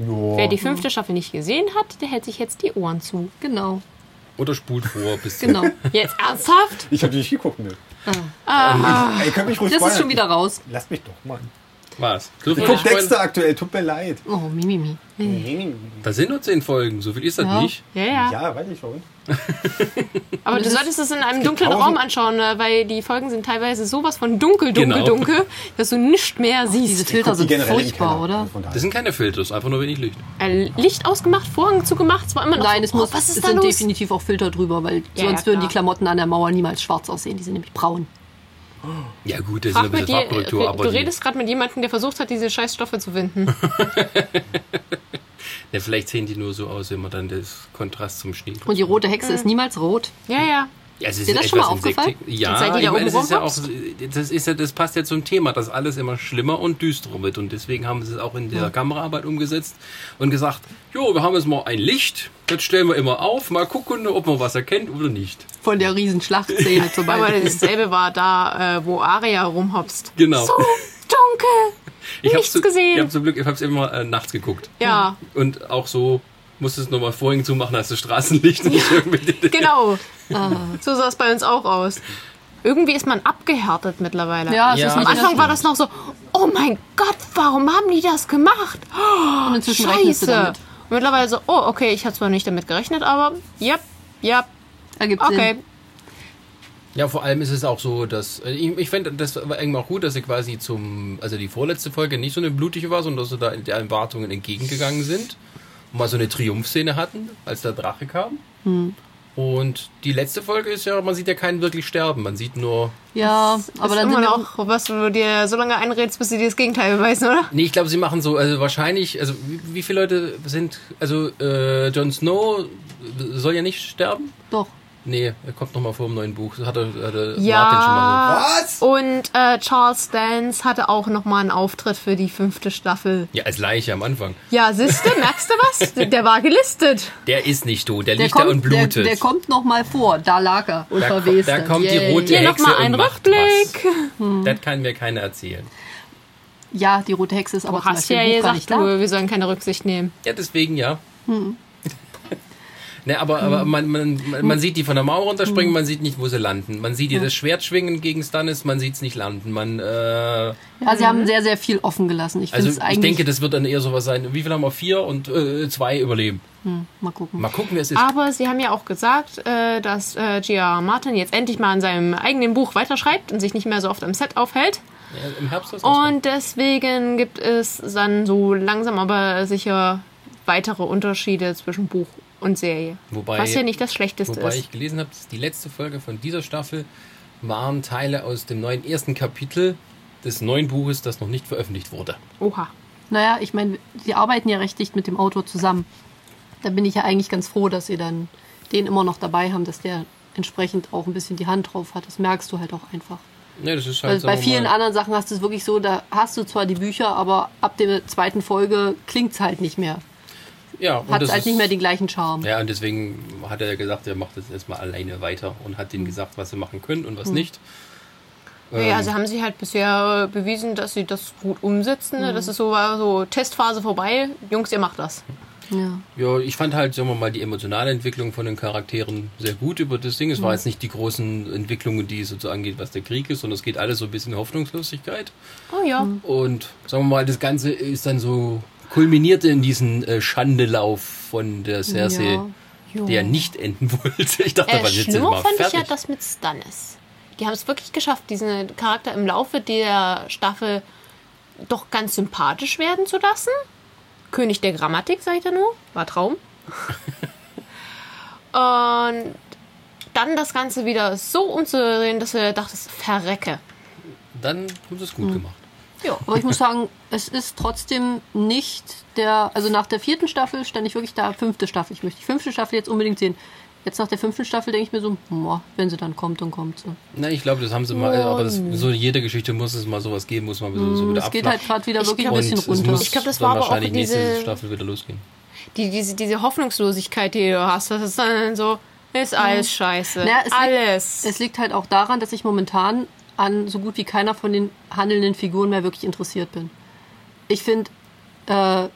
D: Joa.
C: Wer die fünfte Staffel nicht gesehen hat, der hält sich jetzt die Ohren zu.
A: Genau,
B: Oder spult vor, bis
A: genau.
C: Jetzt ernsthaft?
D: Ich habe die nicht geguckt, ne? Ey, könnt mich ruhig
A: Ah. Das ist
D: spoilern.
A: schon wieder raus.
D: Lasst mich doch mal.
B: was. Dürfen
D: Ich
B: wir
D: guck
B: nicht spoilern?
D: Dexter aktuell, tut mir leid.
A: Oh, Mimimi.
B: Da sind nur zehn Folgen, so viel ist das
A: Ja.
B: nicht.
C: Ja,
A: Ah.
C: ja.
D: Ja, weiß ich schon.
C: Aber du solltest es in einem dunklen
D: tausend-
C: Raum anschauen, äh, weil die Folgen sind teilweise sowas von dunkel, dunkel,
B: Genau.
C: dunkel, dass du nicht mehr
A: Diese
C: siehst.
A: Filter
D: Guckt die
A: sind
D: generell im
A: furchtbar,
D: Keller.
A: oder?
D: Also von daher.
B: Das sind keine Filters, einfach nur wenig Licht.
C: Äh, Licht ausgemacht, Vorhang zugemacht, es war immer noch
A: Nein,
C: so,
A: es muss,
C: oh, was ist
A: es
C: da
A: sind
C: los?
A: definitiv auch Filter drüber, weil
C: Ja,
A: sonst
C: ja,
A: würden die
C: klar.
A: Klamotten an der Mauer niemals schwarz aussehen. Die sind nämlich braun.
B: Ja gut, Also das ist
C: Frag
B: ein
C: mal
B: bisschen
C: die,
B: Farbkorrektur,
C: äh, du
B: aber die,
C: redest gerade mit jemandem, der versucht hat, diese scheiß Stoffe zu finden.
B: ja, vielleicht sehen die nur so aus, wenn man dann das Kontrast zum Schnee.
A: Und die rote Hexe
C: Mhm.
A: ist niemals rot.
C: Ja, ja.
B: Ja, es ist
A: Dir das schon mal aufgefallen?
B: Ja,
C: Seit ihr da
B: ich meine,
C: oben
B: es ist ja auch,
C: rumhopst?
B: das, ist ja, das passt ja zum Thema, dass alles immer schlimmer und düsterer wird. Und deswegen haben sie es auch in der Kameraarbeit umgesetzt und gesagt, jo, wir haben jetzt mal ein Licht, das stellen wir immer auf, mal gucken, ob man was erkennt oder nicht.
A: Von der riesen Schlachtszene zum
C: Aber
A: Beispiel.
C: dasselbe war da, äh, wo Aria rumhopst.
B: Genau.
C: So dunkel.
B: Ich
C: Nichts
B: zu,
C: gesehen.
B: Ich habe zum Glück, ich habe es immer äh, nachts geguckt.
C: Ja,
B: Und auch so musste es nochmal vorhin zumachen, als das Straßenlicht nicht irgendwie...
C: genau.
A: Ah.
C: So sah es bei uns auch aus. Irgendwie ist man abgehärtet mittlerweile.
A: Ja, es
B: Ja,
A: ist
B: das
A: nicht
C: Am Anfang
A: mehr
C: war das noch so, oh mein Gott, warum haben die das gemacht?
A: und inzwischen rechnest du
C: Scheiße.
A: damit.
C: Und mittlerweile so, oh, okay, ich habe zwar nicht damit gerechnet, aber ja, ja,
A: Ergibt
C: okay.
A: Sinn.
B: Ja, vor allem ist es auch so, dass äh, ich, ich fände, das war irgendwie auch gut, dass sie quasi zum, also die vorletzte Folge nicht so eine blutige war, sondern dass sie da in- der Erwartungen entgegengegangen sind und mal so eine Triumphszene hatten, als der Drache kam. Und die letzte Folge ist ja, man sieht ja keinen wirklich sterben, man sieht nur.
A: Ja, aber
C: ist
A: dann sind
C: immer
A: wir
C: noch, was du dir so lange einredest, bis sie dir das Gegenteil beweisen, oder?
B: Nee, ich glaube, sie machen so, also wahrscheinlich, also wie, wie viele Leute sind, also äh, Jon Snow soll ja nicht sterben.
A: doch.
B: Nee, er kommt nochmal vor im neuen Buch. Das hat er, hat er
C: Ja.
B: Martin schon mal so.
D: Was?
C: Und äh, Charles Dance hatte auch nochmal einen Auftritt für die fünfte Staffel.
B: Ja, als Leiche am Anfang.
C: Ja, siehste, merkst du was? Der, der war gelistet.
B: Der ist nicht tot, der,
A: Der
B: liegt da und
A: kommt, der,
B: blutet.
A: der kommt noch mal vor. Da lag er und
B: Da ko-
A: verwest.
B: da kommt die
A: Yay.
B: rote-
C: Hier
B: Hexe
C: nochmal
B: und
C: ein
B: macht
C: Rückblick.
B: Das kann mir keiner erzählen.
A: Ja, die rote Hexe ist aber
C: Du
A: zum
C: hast
A: Beispiel
C: ja
A: im Buch gar nicht ne?
C: gesagt,
A: da.
C: du, wir sollen keine Rücksicht nehmen.
B: Ja, deswegen ja.
A: Hm.
B: Ne, aber, aber man, man, man-
A: Hm.
B: man sieht die von der Mauer runterspringen, man sieht nicht, wo sie landen. Man sieht ihr das Schwert schwingen gegen Stannis, man sieht es nicht landen. Man, äh,
A: Ja, sie haben sehr, sehr viel offen gelassen. Ich finde
B: also
A: es
B: ich
A: eigentlich...
B: denke, das wird dann eher sowas sein. Wie viel haben wir? Vier und äh, zwei überleben.
A: mal gucken.
B: Mal gucken, wer es ist.
A: Ah.
C: Aber sie haben ja auch gesagt, äh, dass äh, G.R. Martin jetzt endlich mal an seinem eigenen Buch weiterschreibt und sich nicht mehr so oft am Set aufhält.
B: Ja, Im Herbst ist
C: Und deswegen gibt es dann so langsam aber sicher weitere Unterschiede zwischen Buch und Serie.
B: Wobei-
C: was ja nicht das Schlechteste
B: Wobei
C: ist.
B: ich gelesen habe, dass die letzte Folge von dieser Staffel waren Teile aus dem neuen ersten Kapitel des neuen Buches, das noch nicht veröffentlicht wurde.
C: Oha.
A: Naja, ich meine, sie arbeiten ja recht dicht mit dem Autor zusammen. Da bin ich ja eigentlich ganz froh, dass sie dann den immer noch dabei haben, dass der entsprechend auch ein bisschen die Hand drauf hat. Das merkst du halt auch einfach.
B: Ne, das ist halt
A: Also bei
B: sagen wir
A: vielen
B: mal-
A: anderen Sachen hast du es wirklich so, da hast du zwar die Bücher, aber ab der zweiten Folge klingt es halt nicht mehr.
B: ja, und
A: Hat
B: das
A: es halt
B: ist-
A: nicht mehr den gleichen Charme.
B: Ja, und deswegen hat er gesagt, er macht das erstmal alleine weiter und hat
A: Mhm.
B: denen gesagt, was sie machen können und was nicht. Ähm,
C: Naja, also haben sie halt bisher äh, bewiesen, dass sie das gut umsetzen. ne? Das ist so, war so Testphase vorbei. Jungs, ihr macht das.
A: Ja.
B: Ja, ich fand halt, sagen wir mal, die emotionale Entwicklung von den Charakteren sehr gut über das Ding. Es
A: Mhm.
B: war jetzt nicht die großen Entwicklungen, die es sozusagen geht, was der Krieg ist, sondern es geht alles so ein bisschen in Hoffnungslosigkeit.
C: Oh ja.
B: Und sagen wir mal, das Ganze ist dann so kulminierte in diesen äh, Schandelauf von der Cersei,
A: Ja. Jo.
B: der nicht enden wollte. Ich dachte,
C: Äh,
B: was jetzt
C: Schnur
B: mal
C: fand ich
B: fertig.
C: ja das mit Stannis. Die haben es wirklich geschafft, diesen Charakter im Laufe der Staffel doch ganz sympathisch werden zu lassen. König der Grammatik, sag ich da nur. War Traum. Und dann das Ganze wieder so umzudrehen, dass du dachtest, verrecke.
B: dann haben sie es
A: Hm.
B: gut gemacht.
C: Ja.
A: Aber ich muss sagen, es ist trotzdem nicht der, also nach der vierten Staffel stand ich wirklich da, fünfte Staffel. Ich möchte die fünfte Staffel jetzt unbedingt sehen. Jetzt nach der fünften Staffel denke ich mir so, boah, wenn sie dann kommt, dann kommt sie.
B: Na, ich glaube, das haben sie mal, aber das, so in jeder Geschichte muss es mal sowas geben, muss man so, so wieder
A: Oh. Es geht halt gerade wieder
C: Ich
A: wirklich ein
C: glaub,
A: bisschen
B: und es
A: runter.
B: muss
C: Ich glaub, das
B: dann
C: war aber auch
B: wahrscheinlich nächste
C: diese-
B: Staffel wieder losgehen.
C: Die, diese, diese Hoffnungslosigkeit, die du hast, das ist dann so, ist alles scheiße.
A: Mhm. Na, es liegt-
C: alles.
A: Es liegt halt auch daran, dass ich momentan an so gut wie keiner von den handelnden Figuren mehr wirklich interessiert bin. Ich finde, äh,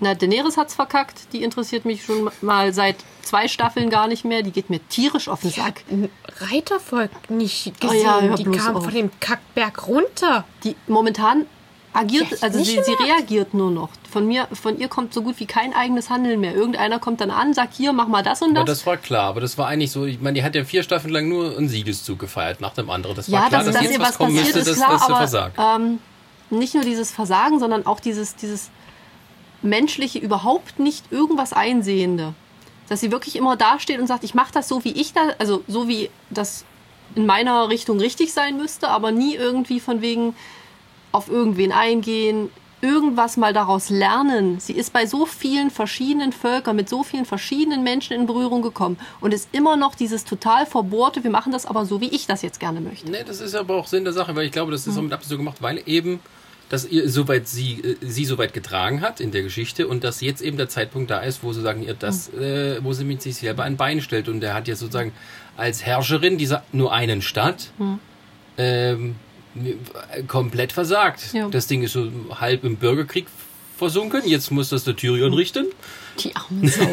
A: na, Daenerys hat's verkackt, die interessiert mich schon mal seit zwei Staffeln gar nicht mehr, die geht mir tierisch auf den Sack.
C: Ein Reitervolk Mhm. nicht
A: Oh
C: gesehen.
A: ja, hör
C: die
A: bloß
C: kamen
A: auf.
C: von dem Kackberg runter.
A: Die momentan agiert,
C: Ja, ich
A: also
C: nicht
A: sie, sie reagiert nur noch. Von mir, von ihr kommt so gut wie kein eigenes Handeln mehr. Irgendeiner kommt dann an, sagt hier, mach mal das und
B: Aber
A: das.
B: das war klar, aber das war eigentlich so, ich meine, die hat ja vier Staffeln lang nur einen Siegeszug gefeiert nach dem anderen. Das war
A: ja,
B: klar,
A: dass,
B: dass
A: dass
B: jetzt
A: ihr
B: was,
A: was
B: kommen
A: passiert,
B: müsste,
A: ist
B: dass,
A: klar,
B: dass sie versagt.
A: aber ähm, nicht nur dieses Versagen, sondern auch dieses, dieses menschliche, überhaupt nicht irgendwas Einsehende. Dass sie wirklich immer dasteht und sagt, ich mache das so, wie ich da, also so wie das in meiner Richtung richtig sein müsste, aber nie irgendwie von wegen auf irgendwen eingehen, irgendwas mal daraus lernen. Sie ist bei so vielen verschiedenen Völkern, mit so vielen verschiedenen Menschen in Berührung gekommen und ist immer noch dieses total verbohrte, wir machen das aber so, wie ich das jetzt gerne möchte.
B: Nee, das ist aber auch Sinn der Sache, weil ich glaube,
A: Hm.
B: das ist auch mit Absicht so gemacht, weil eben, dass ihr soweit sie, äh, sie soweit getragen hat in der Geschichte und dass jetzt eben der Zeitpunkt da ist, wo sozusagen ihr das,
A: Hm.
B: äh, wo sie mit sich selber ein Bein stellt und der hat jetzt sozusagen als Herrscherin dieser nur einen Stadt,
A: Hm.
B: ähm, äh, komplett versagt.
A: Ja.
B: Das Ding ist so halb im Bürgerkrieg versunken, jetzt muss das der Tyrion
A: Hm.
B: richten.
C: Die armen Sau.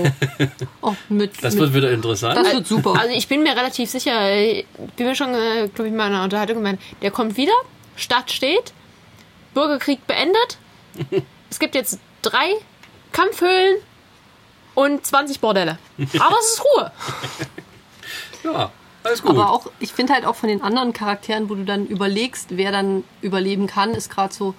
A: Oh, mit,
B: Das
A: mit,
B: wird wieder interessant.
A: das wird super.
C: also ich bin mir relativ sicher, äh, ich bin mir schon, glaube ich, mal in einer Unterhaltung gemeint, der kommt wieder, Stadt steht, Bürgerkrieg beendet. es gibt jetzt drei Kampfhöhlen und 20 Bordelle. Aber es ist Ruhe.
B: ja, alles gut.
A: aber auch, ich finde halt auch von den anderen Charakteren, wo du dann überlegst, wer dann überleben kann, ist gerade so,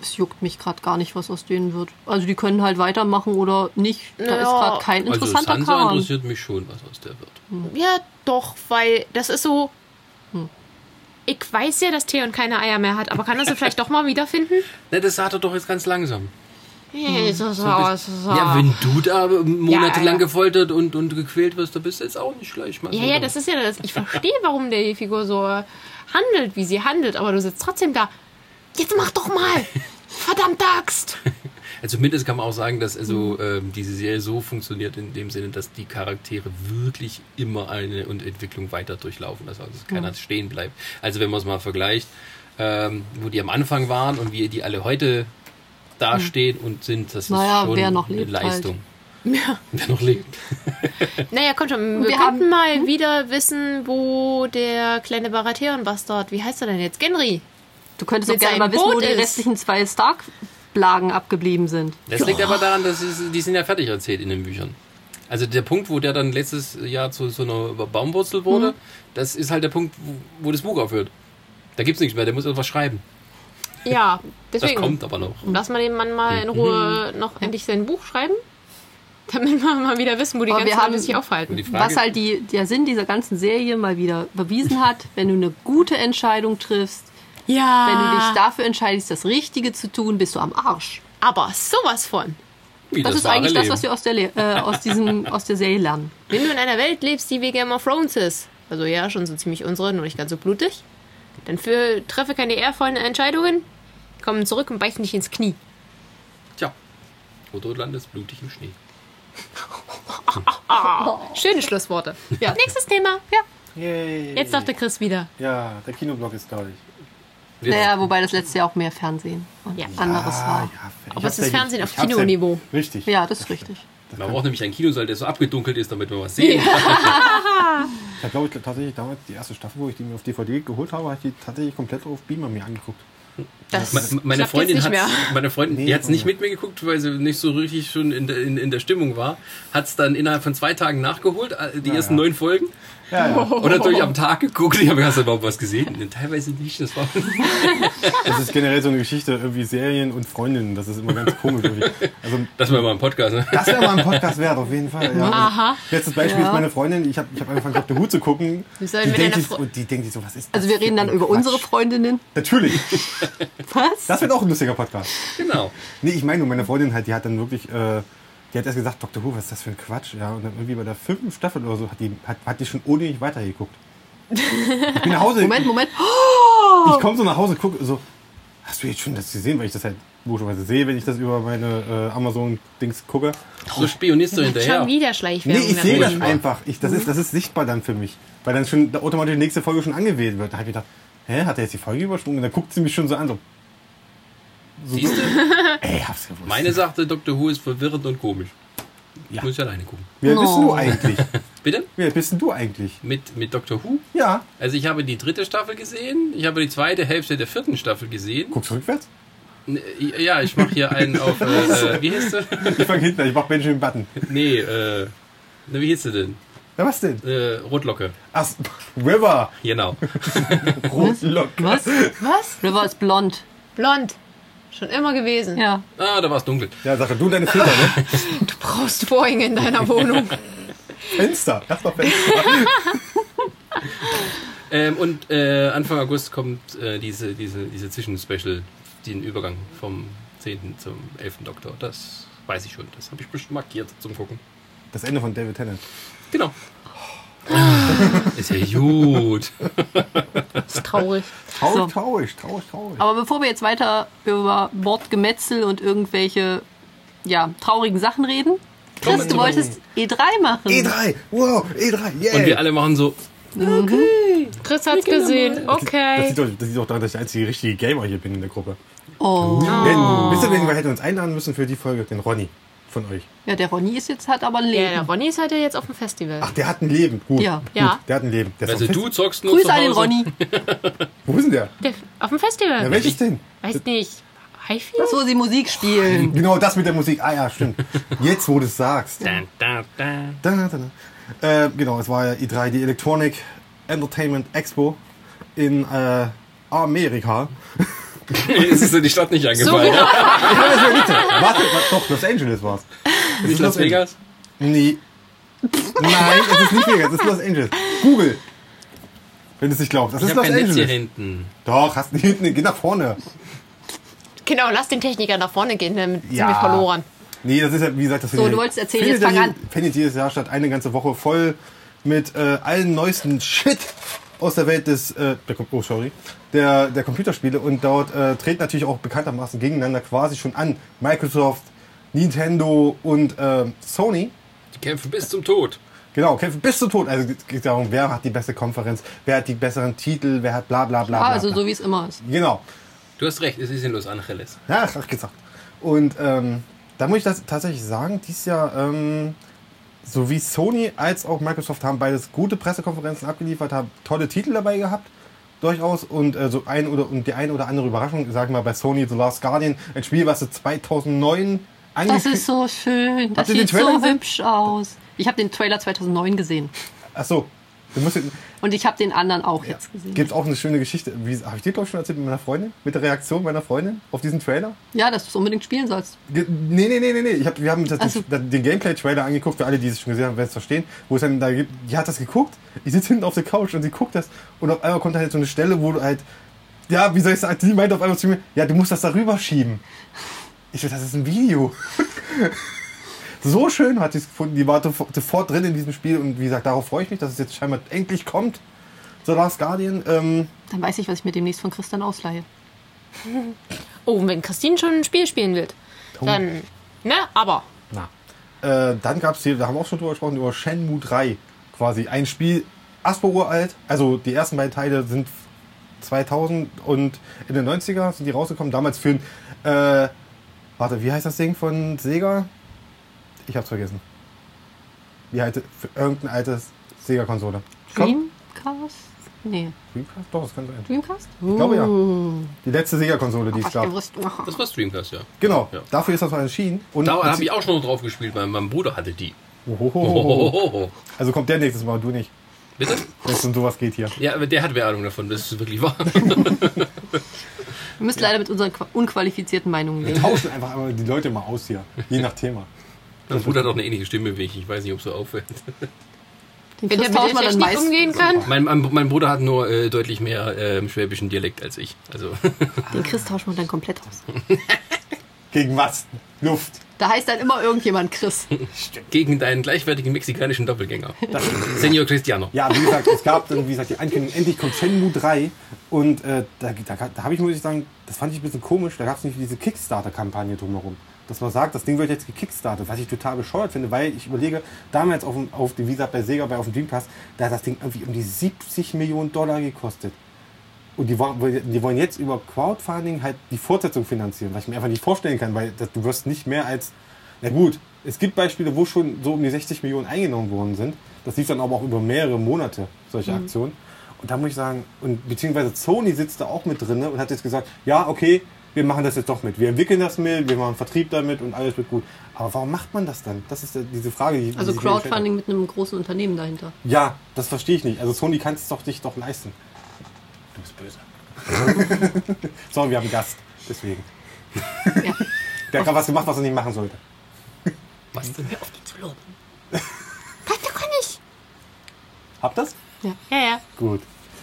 A: es juckt mich gerade gar nicht, was aus denen wird. Also die können halt weitermachen oder nicht. Da
C: Naja.
A: ist gerade kein
B: also
A: interessanter
B: Sansa
A: Kram.
B: interessiert mich schon, was aus der wird.
C: Ja, doch, weil das ist so. hm. Ich weiß ja, dass Theon keine Eier mehr hat, aber kann er sie vielleicht doch mal wiederfinden?
B: Na, Ne, das sagt er doch jetzt ganz langsam.
C: Jesus,
B: Ja, wenn du da monatelang
C: Ja, ja.
B: gefoltert und, und gequält wirst, dann bist du jetzt auch nicht gleich mal.
C: Ja, ja, das ist ja das. Ich verstehe, warum der Figur so äh, handelt, wie sie handelt, aber du sitzt trotzdem da. Jetzt mach doch mal! Verdammt Axt!
B: also mindestens kann man auch sagen, dass
C: Mhm.
B: also, ähm, diese Serie so funktioniert in dem Sinne, dass die Charaktere wirklich immer eine und Entwicklung weiter durchlaufen, dass also keiner
C: Mhm.
B: stehen bleibt. Also wenn man es mal vergleicht, ähm, wo die am Anfang waren und wie die alle heute
C: Mhm.
B: dastehen und sind, das
A: Naja,
B: ist schon
A: wer noch
B: eine
A: lebt
C: halt.
B: Leistung. Wer noch lebt.
C: Naja, komm schon, wir,
A: Wir
C: könnten
A: haben- Hm?
C: mal wieder wissen, wo der kleine Baratheon bastard, wie heißt er denn jetzt? Genry.
A: du könntest auch
C: mit
A: gerne
C: seinem
A: mal wissen, wo
C: Boot
A: die
C: ist.
A: restlichen zwei Stark-Blagen abgeblieben sind.
B: Das liegt aber daran, dass es, die sind ja fertig erzählt in den Büchern. Also der Punkt, wo der dann letztes Jahr zu so einer Baumwurzel wurde,
A: Mhm.
B: das ist halt der Punkt, wo, wo das Buch aufhört. Da gibt's nichts mehr, der muss etwas schreiben.
C: Ja,
B: Das
C: deswegen.
B: kommt Mhm. aber noch.
C: Lass mal den Mann mal in Ruhe noch endlich sein Buch schreiben, damit wir mal wieder wissen, wo die
A: Aber wir
C: ganzen
A: haben-
C: Leute sich
B: Und die
C: aufhalten.
B: Frage,
A: Was halt die, der Sinn dieser ganzen Serie mal wieder bewiesen hat, wenn du eine gute Entscheidung triffst,
C: Ja.
A: wenn du dich dafür entscheidest, das Richtige zu tun, bist du am Arsch.
C: aber sowas von.
B: wie
A: Das, ist
B: wahre
A: eigentlich das,
B: Leben.
A: was wir aus der, Le äh, aus, diesem, aus der Serie lernen.
C: Wenn du in einer Welt lebst, die wie Game of Thrones ist, also ja, schon so ziemlich unsere, nur nicht ganz so blutig, dann für, treffe keine ehrvollen Entscheidungen, kommen zurück und beißen dich ins Knie.
B: Tja. Oder du landest blutig im Schnee.
C: Schöne Schlussworte. Ja. Nächstes Thema. Ja.
D: Yay.
C: Jetzt darf der Chris wieder.
D: ja, der Kinoblock ist durch.
B: Ja.
A: Naja, wobei das letzte Jahr auch mehr Fernsehen und
C: Ja.
A: anderes war.
D: Genau. Ah, ja, ich
C: Aber
D: hab's
C: es ist
D: ja-
C: Fernsehen auf
D: ich hab's ja-
C: Kinoniveau.
D: Richtig.
A: Ja, das ist richtig.
B: Man braucht nämlich einen Kinosaal, der so abgedunkelt ist, damit man was sehen kann.
D: Ich habe, glaube ich, tatsächlich damals die erste Staffel, wo ich die mir auf DVD geholt habe, habe ich die tatsächlich komplett auf Beamer mir angeguckt.
C: Das
B: Me- me- meine
C: klappt jetzt
B: Freundin
C: nicht
B: hat
C: mehr.
B: meine Freundin,
D: Nee,
B: die hat's nicht
D: okay.
B: mit mir geguckt, weil sie nicht so richtig schon in der, in, in der Stimmung war. Hat's dann innerhalb von zwei Tagen nachgeholt, äh, die ersten
D: ja.
B: neun Folgen.
D: Ja, ja.
A: Oh.
B: Und natürlich am Tag geguckt. Ich habe ganz überhaupt was gesehen. Nee, Teilweise nicht. Das war
D: Das ist generell so eine Geschichte, irgendwie Serien und Freundinnen. Das ist immer ganz komisch. Irgendwie. Also,
B: das war mal ein Podcast. Ne?
D: das wäre mal ein Podcast wert, auf jeden Fall. Ja.
C: Aha.
D: Letztes Beispiel
A: Ja.
D: ist meine Freundin. Ich habe ich hab angefangen, auf der Hut zu gucken. Die
C: Wir sollen mit
D: denkt,
C: einer
D: sich,
C: Fre-
D: und die denkt sich so, was ist das?
A: Also wir reden dann
D: für ein
A: über unsere
D: Quatsch?
A: Freundinnen.
D: Natürlich.
A: Was?
D: Das wird auch ein lustiger Podcast.
B: Genau.
D: Nee, ich meine, nur meine Freundin halt, die hat dann wirklich, äh, die hat erst gesagt, Dr. Who, was ist das für ein Quatsch? Ja, und dann irgendwie bei der fünften Staffel oder so hat die, hat, hat die schon ohne mich weitergeguckt. Ich bin nach Hause,
A: Moment, Moment.
D: ich komme so nach Hause, gucke so, hast du jetzt schon das gesehen? Weil ich das halt logischerweise sehe, wenn ich das über meine äh, Amazon-Dings gucke.
B: So spionierst du hinterher.
C: Schon wieder
D: Nee,
C: Schleichwerbung.
D: ich sehe das
C: natürlich.
D: einfach. Ich, das, ist, das ist sichtbar dann für mich. Weil dann schon automatisch die nächste Folge schon angewählt wird. Da habe ich gedacht, hä, hat er jetzt die Folge übersprungen? Und dann guckt sie mich schon so an, so,
B: Siehst du?
D: ey, hab's gewusst.
B: Meine sagte, Dr. Who ist verwirrend und komisch. Ich
D: Ja.
B: muss ja alleine gucken.
D: Wer bist denn du
A: No.
D: eigentlich?
B: Bitte?
D: Wer bist denn du eigentlich?
B: Mit, mit Dr. Who?
D: Ja.
B: Also ich habe die dritte Staffel gesehen. Ich habe die zweite Hälfte der vierten Staffel gesehen.
D: Guckst du rückwärts?
B: N- Ja, ich mache hier einen auf... Äh, äh, wie heißt du?
D: Ich fange hinten an, ich mach Benjamin Button.
B: Nee, äh. Na, wie hieß sie denn?
D: Na, was denn?
B: Äh, Rotlocke.
D: Ach, River.
B: Genau.
D: Rotlock.
A: Was?
C: Was?
A: River ist blond.
C: Blond. Schon immer gewesen.
A: Ja.
B: Ah, da war es dunkel.
D: Ja, Sache, du und deine Filter, ne?
C: Du brauchst Vorhänge in deiner Wohnung.
D: Fenster. Erst mal Fenster.
B: Ähm, und äh, Anfang August kommt äh, diese, diese, diese Zwischenspecial, den Übergang vom 10. zum 11. Doktor. Das weiß ich schon. Das habe ich bestimmt markiert zum Gucken.
D: Das Ende von David Tennant.
B: Genau.
D: Ah.
B: Ist ja gut.
C: ist traurig.
D: Traurig,
A: So.
D: traurig, traurig, traurig.
A: Aber bevor wir jetzt weiter über Bordgemetzel und irgendwelche ja, traurigen Sachen reden, Chris,
B: Kommen
A: du
B: wir-
A: wolltest E3 machen.
D: E3. E Wow, E3. Yeah.
B: Und wir alle machen so.
C: Chris hat's gesehen.
D: das
C: Okay.
D: sieht, doch, das sieht doch daran, dass ich der einzige richtige Gamer hier bin in der Gruppe.
A: Oh.
D: Wenn, wisst ihr, wen wir hätten uns einladen müssen für die Folge? Den Ronny von euch.
A: Ja, der Ronny ist jetzt, hat aber ein
C: Ja, der
A: Leben.
C: Ronny ist halt ja jetzt auf dem Festival.
D: Ach, der hat ein Leben. Gut.
A: Ja.
D: Gut.
C: Ja.
D: Der hat ein Leben. Der ist
B: Also
D: auf
B: du
D: Fest-
B: zockst nur
A: Grüß
B: zu
A: an
B: Hause.
A: den Ronny.
D: Wo ist denn der?
C: Der, auf dem Festival.
D: Ja, welches denn?
C: Weiß nicht. Highfield?
A: So sie Musik spielen.
D: Genau das mit der Musik. Ah ja, stimmt. Jetzt, wo du es sagst.
B: Da, da, da.
D: Da, da, da. Äh, genau, es war ja E3, die Electronic Entertainment Expo in äh, Amerika.
B: Es ist dir die Stadt nicht
C: So
B: eingefallen.
C: genau.
D: Warte, was, doch, Los Angeles war's. es.
B: Nicht
D: ist
B: Las
D: Los Angeles.
B: Vegas?
D: Nee. Nein, es ist nicht Vegas, es ist Los Angeles. Google. Wenn du es nicht glaubst. Das
B: Ich
D: ist
B: habe
D: Los
B: kein Netz hier
D: Angeles.
B: hinten.
D: Doch, hast du hinten, geh nach vorne.
C: Genau, lass den Techniker nach vorne gehen, damit sind
D: Ja.
C: wir verloren.
D: Nee, das ist ja, wie gesagt, das
A: So, du wolltest erzählen, jetzt fang an.
D: Findet jedes Jahr statt, eine ganze Woche voll mit äh, allen neuesten Shit aus der Welt des, äh, der, Kom- oh, sorry, der, der Computerspiele und dort äh, treten natürlich auch bekanntermaßen gegeneinander quasi schon an. Microsoft, Nintendo und ähm, Sony.
B: Die kämpfen bis zum Tod.
D: Genau, kämpfen bis zum Tod. Also es geht darum, wer hat die beste Konferenz, wer hat die besseren Titel, wer hat bla bla bla. bla,
A: Ah, also
D: bla.
A: so wie es immer ist.
D: Genau.
B: Du hast recht, es ist in Los Angeles.
D: Ja, ach, gesagt. Und ähm, da muss ich das tatsächlich sagen, dies Jahr ähm, sowie Sony als auch Microsoft haben beides gute Pressekonferenzen abgeliefert, haben tolle Titel dabei gehabt, durchaus. Und äh, so ein oder und die eine oder andere Überraschung, sagen wir mal bei Sony The Last Guardian, ein Spiel, was sie 2009
A: Das
D: angekündigt
A: ist so schön. Das
D: Habt ihr den
A: sieht
D: Trailer
A: so
D: gesehen?
A: hübsch aus. Ich habe den Trailer 2009 gesehen.
D: Ach so, du musst den-
A: Und ich habe den anderen auch jetzt gesehen.
D: gibt's auch eine schöne Geschichte. Wie habe ich dir glaube ich schon erzählt mit meiner Freundin, mit der Reaktion meiner Freundin auf diesen Trailer?
A: Ja, dass du es unbedingt spielen sollst.
D: Ge- Nee, nee, nee, nee, nee. Ich hab, wir haben uns jetzt
A: Ach so.
D: den, den Gameplay-Trailer angeguckt, für alle, die es schon gesehen haben, werden es verstehen, wo es dann da gibt, die hat das geguckt, ich sitze hinten auf der Couch und sie guckt das und auf einmal kommt halt so eine Stelle, wo du halt, ja, wie soll ich sagen, die meinte auf einmal zu mir, ja, du musst das da rüber schieben. Ich so, das ist ein Video. so schön hat sie es gefunden, die war sofo- sofort drin in diesem Spiel und wie gesagt, darauf freue ich mich, dass es jetzt scheinbar endlich kommt. So Last Guardian, ähm,
A: Dann weiß ich, was ich mir demnächst von Christian ausleihe.
C: Oh, und wenn Christine schon ein Spiel spielen will,
D: Oh.
C: dann. Ne, aber.
D: Na. Äh, dann gab es hier, da haben wir auch schon drüber gesprochen, über Shenmue 3. Quasi ein Spiel, Asper uralt. Also die ersten beiden Teile sind 2000 und in den 90er sind die rausgekommen. Damals für ein, äh, warte, wie heißt das Ding von Sega? Ich hab's vergessen. Wie alte, für irgendein altes Sega-Konsole. Komm.
A: Dreamcast? Nee.
D: Dreamcast? Doch, das kann sein.
A: Dreamcast? Ich
D: glaube, ja. Die letzte Sega-Konsole, die es
A: Was
D: gab.
A: gewusst.
B: Das war Streamcast, ja.
D: Genau,
B: Ja.
D: dafür ist das mal entschieden. Und
B: Da habe ich auch schon drauf gespielt, weil mein Bruder hatte die.
D: Oh.
B: Oh.
D: Ohohoho.
B: Ohohoho.
D: Also kommt der nächstes Mal, du nicht.
B: Bitte?
D: Wenn es um sowas geht hier.
B: Ja, aber der hat mehr Ahnung davon, das ist wirklich wahr.
A: Wir müssen leider mit unseren qua- unqualifizierten Meinungen
D: Wir
A: leben.
D: tauschen einfach einmal die Leute mal aus hier. Je nach Thema.
B: Mein Bruder hat auch eine ähnliche Stimme wie ich, ich weiß nicht, ob es so auffällt.
A: Den
C: Wenn der
A: Chris
C: mit
A: tauscht
C: der
A: man dann
C: Technik
A: meist.
C: umgehen kann.
B: Mein, mein, mein Bruder hat nur äh, deutlich mehr äh, schwäbischen Dialekt als ich. Also,
A: Den Chris tauscht man dann komplett aus.
D: Gegen was? Luft.
A: Da heißt dann immer irgendjemand Chris. Also
B: gegen deinen gleichwertigen mexikanischen Doppelgänger. Senor Cristiano.
D: Ja, wie gesagt, es gab dann, wie gesagt, die Ankündigung, endlich kommt Shenmue 3. Und äh, da, da, da habe ich, muss ich sagen, das fand ich ein bisschen komisch. Da gab es nicht diese Kickstarter-Kampagne drumherum. Dass man sagt, das Ding wird jetzt gekickstartet, was ich total bescheuert finde, weil ich überlege, damals auf dem, auf dem wie gesagt, bei Sega, bei auf dem Dreamcast, da hat das Ding irgendwie um die 70 Millionen Dollar gekostet. Und die, wa- die wollen jetzt über Crowdfunding halt die Fortsetzung finanzieren, was ich mir einfach nicht vorstellen kann, weil das, du wirst nicht mehr als. Na gut, es gibt Beispiele, wo schon so um die 60 Millionen eingenommen worden sind. Das lief dann aber auch über mehrere Monate, solche
A: Mhm.
D: Aktionen. Und da muss ich sagen, und beziehungsweise Sony sitzt da auch mit drin und hat jetzt gesagt, ja, okay, wir machen das jetzt doch mit. Wir entwickeln das mit, wir machen Vertrieb damit und alles wird gut. Aber warum macht man das dann? Das ist äh, diese Frage, die die
A: Also
D: sich mir gestellt hat.
A: Crowdfunding mit einem großen Unternehmen dahinter.
D: Ja, das verstehe ich nicht. Also Sony kann es doch dich doch leisten. Du bist böse. so, wir haben einen Gast, deswegen.
A: Ja.
D: Der hat gerade was gemacht, was er nicht machen sollte.
B: Was denn?
A: Hör auf, die zu loben.
D: Habt das?
A: Ja.
C: Ja, ja.
D: Gut.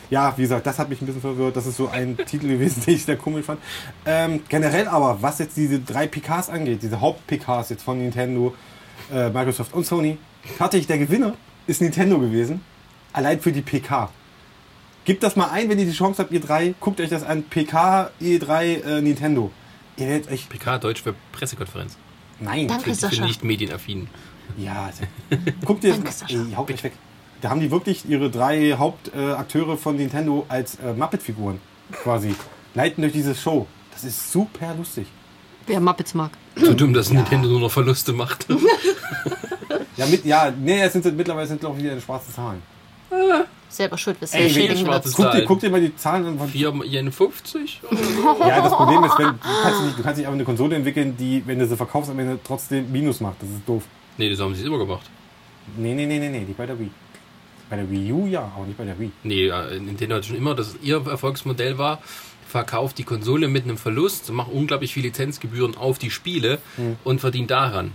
D: Ja, wie gesagt, das hat mich ein bisschen verwirrt. Das ist so ein Titel gewesen, den ich sehr komisch fand. Ähm, generell aber, was jetzt diese drei PKs angeht, diese Haupt-PKs jetzt von Nintendo, äh, Microsoft und Sony, tatsächlich der Gewinner ist Nintendo gewesen. Allein für die PK. Gebt das mal ein, wenn ihr die Chance habt, ihr drei. Guckt euch das an. PK, E3, äh, Nintendo. Ihr werdet euch.
B: PK, Deutsch für Pressekonferenz.
D: Nein.
C: Danke,
B: Für, für
C: Sascha.
B: nicht medienaffin.
D: Ja, also, guckt ihr,
C: Danke, Sascha.
D: ey, haut mich weg. Da haben die wirklich ihre drei Hauptakteure äh, Akteure von Nintendo als äh, Muppet-Figuren quasi. Leiten durch diese Show. Das ist super lustig.
A: Wer Muppets mag.
B: So dumm, dass Nintendo nur noch Verluste macht.
D: Ja, mit, ja nee, es sind jetzt mittlerweile sind glaube ich wieder schwarze Zahlen.
C: Selber schuld, was
D: Ey,
C: der schädigen
B: schwarze
C: wird.
D: Guckt
B: Zahlen.
D: ihr, guckt ihr mal die Zahlen an. von-
B: 4 Yen 50?
D: Ja, das Problem ist, wenn, du, kannst nicht, du kannst nicht einfach eine Konsole entwickeln, die, wenn du sie verkaufst, am Ende trotzdem Minus macht. Das ist doof.
B: Nee, das haben sie immer gemacht.
D: Nee, nee, nee, nee, nee, nicht bei der Wii. Bei der Wii U ja, aber nicht bei der Wii.
B: Nee, äh, Nintendo hat schon immer, dass ihr Erfolgsmodell war, verkauft die Konsole mit einem Verlust, macht unglaublich viel Lizenzgebühren auf die Spiele und verdient daran.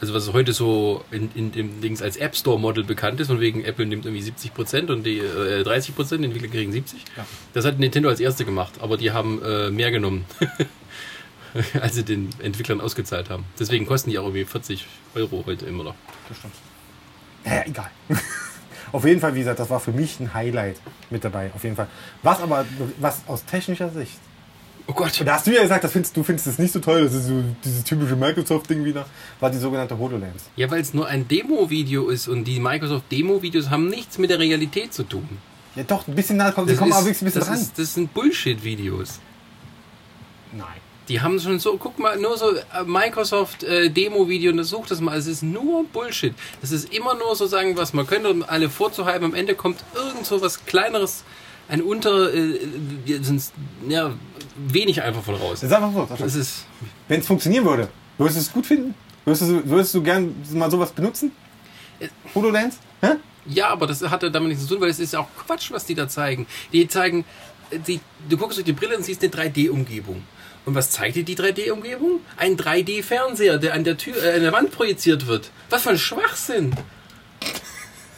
B: Also was heute so in, in dem Dings als App Store Model bekannt ist, von wegen Apple nimmt irgendwie 70 Prozent und die äh, 30 Prozent, Entwickler kriegen 70.
D: Ja.
B: Das hat Nintendo als erste gemacht, aber die haben äh, mehr genommen, als sie den Entwicklern ausgezahlt haben. Deswegen kosten die auch irgendwie 40 Euro heute immer noch.
D: Das stimmt. Naja, egal. Auf jeden Fall, wie gesagt, das war für mich ein Highlight mit dabei. Auf jeden Fall. Was aber, was aus technischer Sicht.
B: Oh Gott.
D: Da hast du ja gesagt, das findest, du findest es nicht so toll, das ist so dieses typische Microsoft-Ding wieder, war die sogenannte HoloLens.
B: Ja, weil es nur ein Demo-Video ist und die Microsoft-Demo-Videos haben nichts mit der Realität zu tun.
D: Ja doch, ein bisschen nahe kommen, sie kommen aber
B: ist,
D: wirklich ein bisschen
B: das,
D: ran.
B: ist, das sind Bullshit-Videos.
D: Nein.
B: Die haben schon so, guck mal, nur so äh, Microsoft-Demo-Video und das sucht das mal. Es ist nur Bullshit. Das ist immer nur so sagen, was man könnte, um alle vorzuhalten. Am Ende kommt irgend so was Kleineres, ein unter, äh, wir sind, ja, wenig einfach von raus.
D: Sag mal so,
B: Das ist,
D: wenn es funktionieren würde, würdest du es gut finden? Würdest du, würdest du gern mal sowas benutzen?
B: Äh.
D: HoloLens? Hä?
B: Ja, aber das hat ja damit nichts zu tun, weil es ist ja auch Quatsch, was die da zeigen. Die zeigen, äh, die, du guckst durch die Brille und siehst eine 3D-Umgebung. Und was zeigt dir die 3D-Umgebung? Ein 3D-Fernseher, der an der Tür, äh, an der Wand projiziert wird. Was für ein Schwachsinn!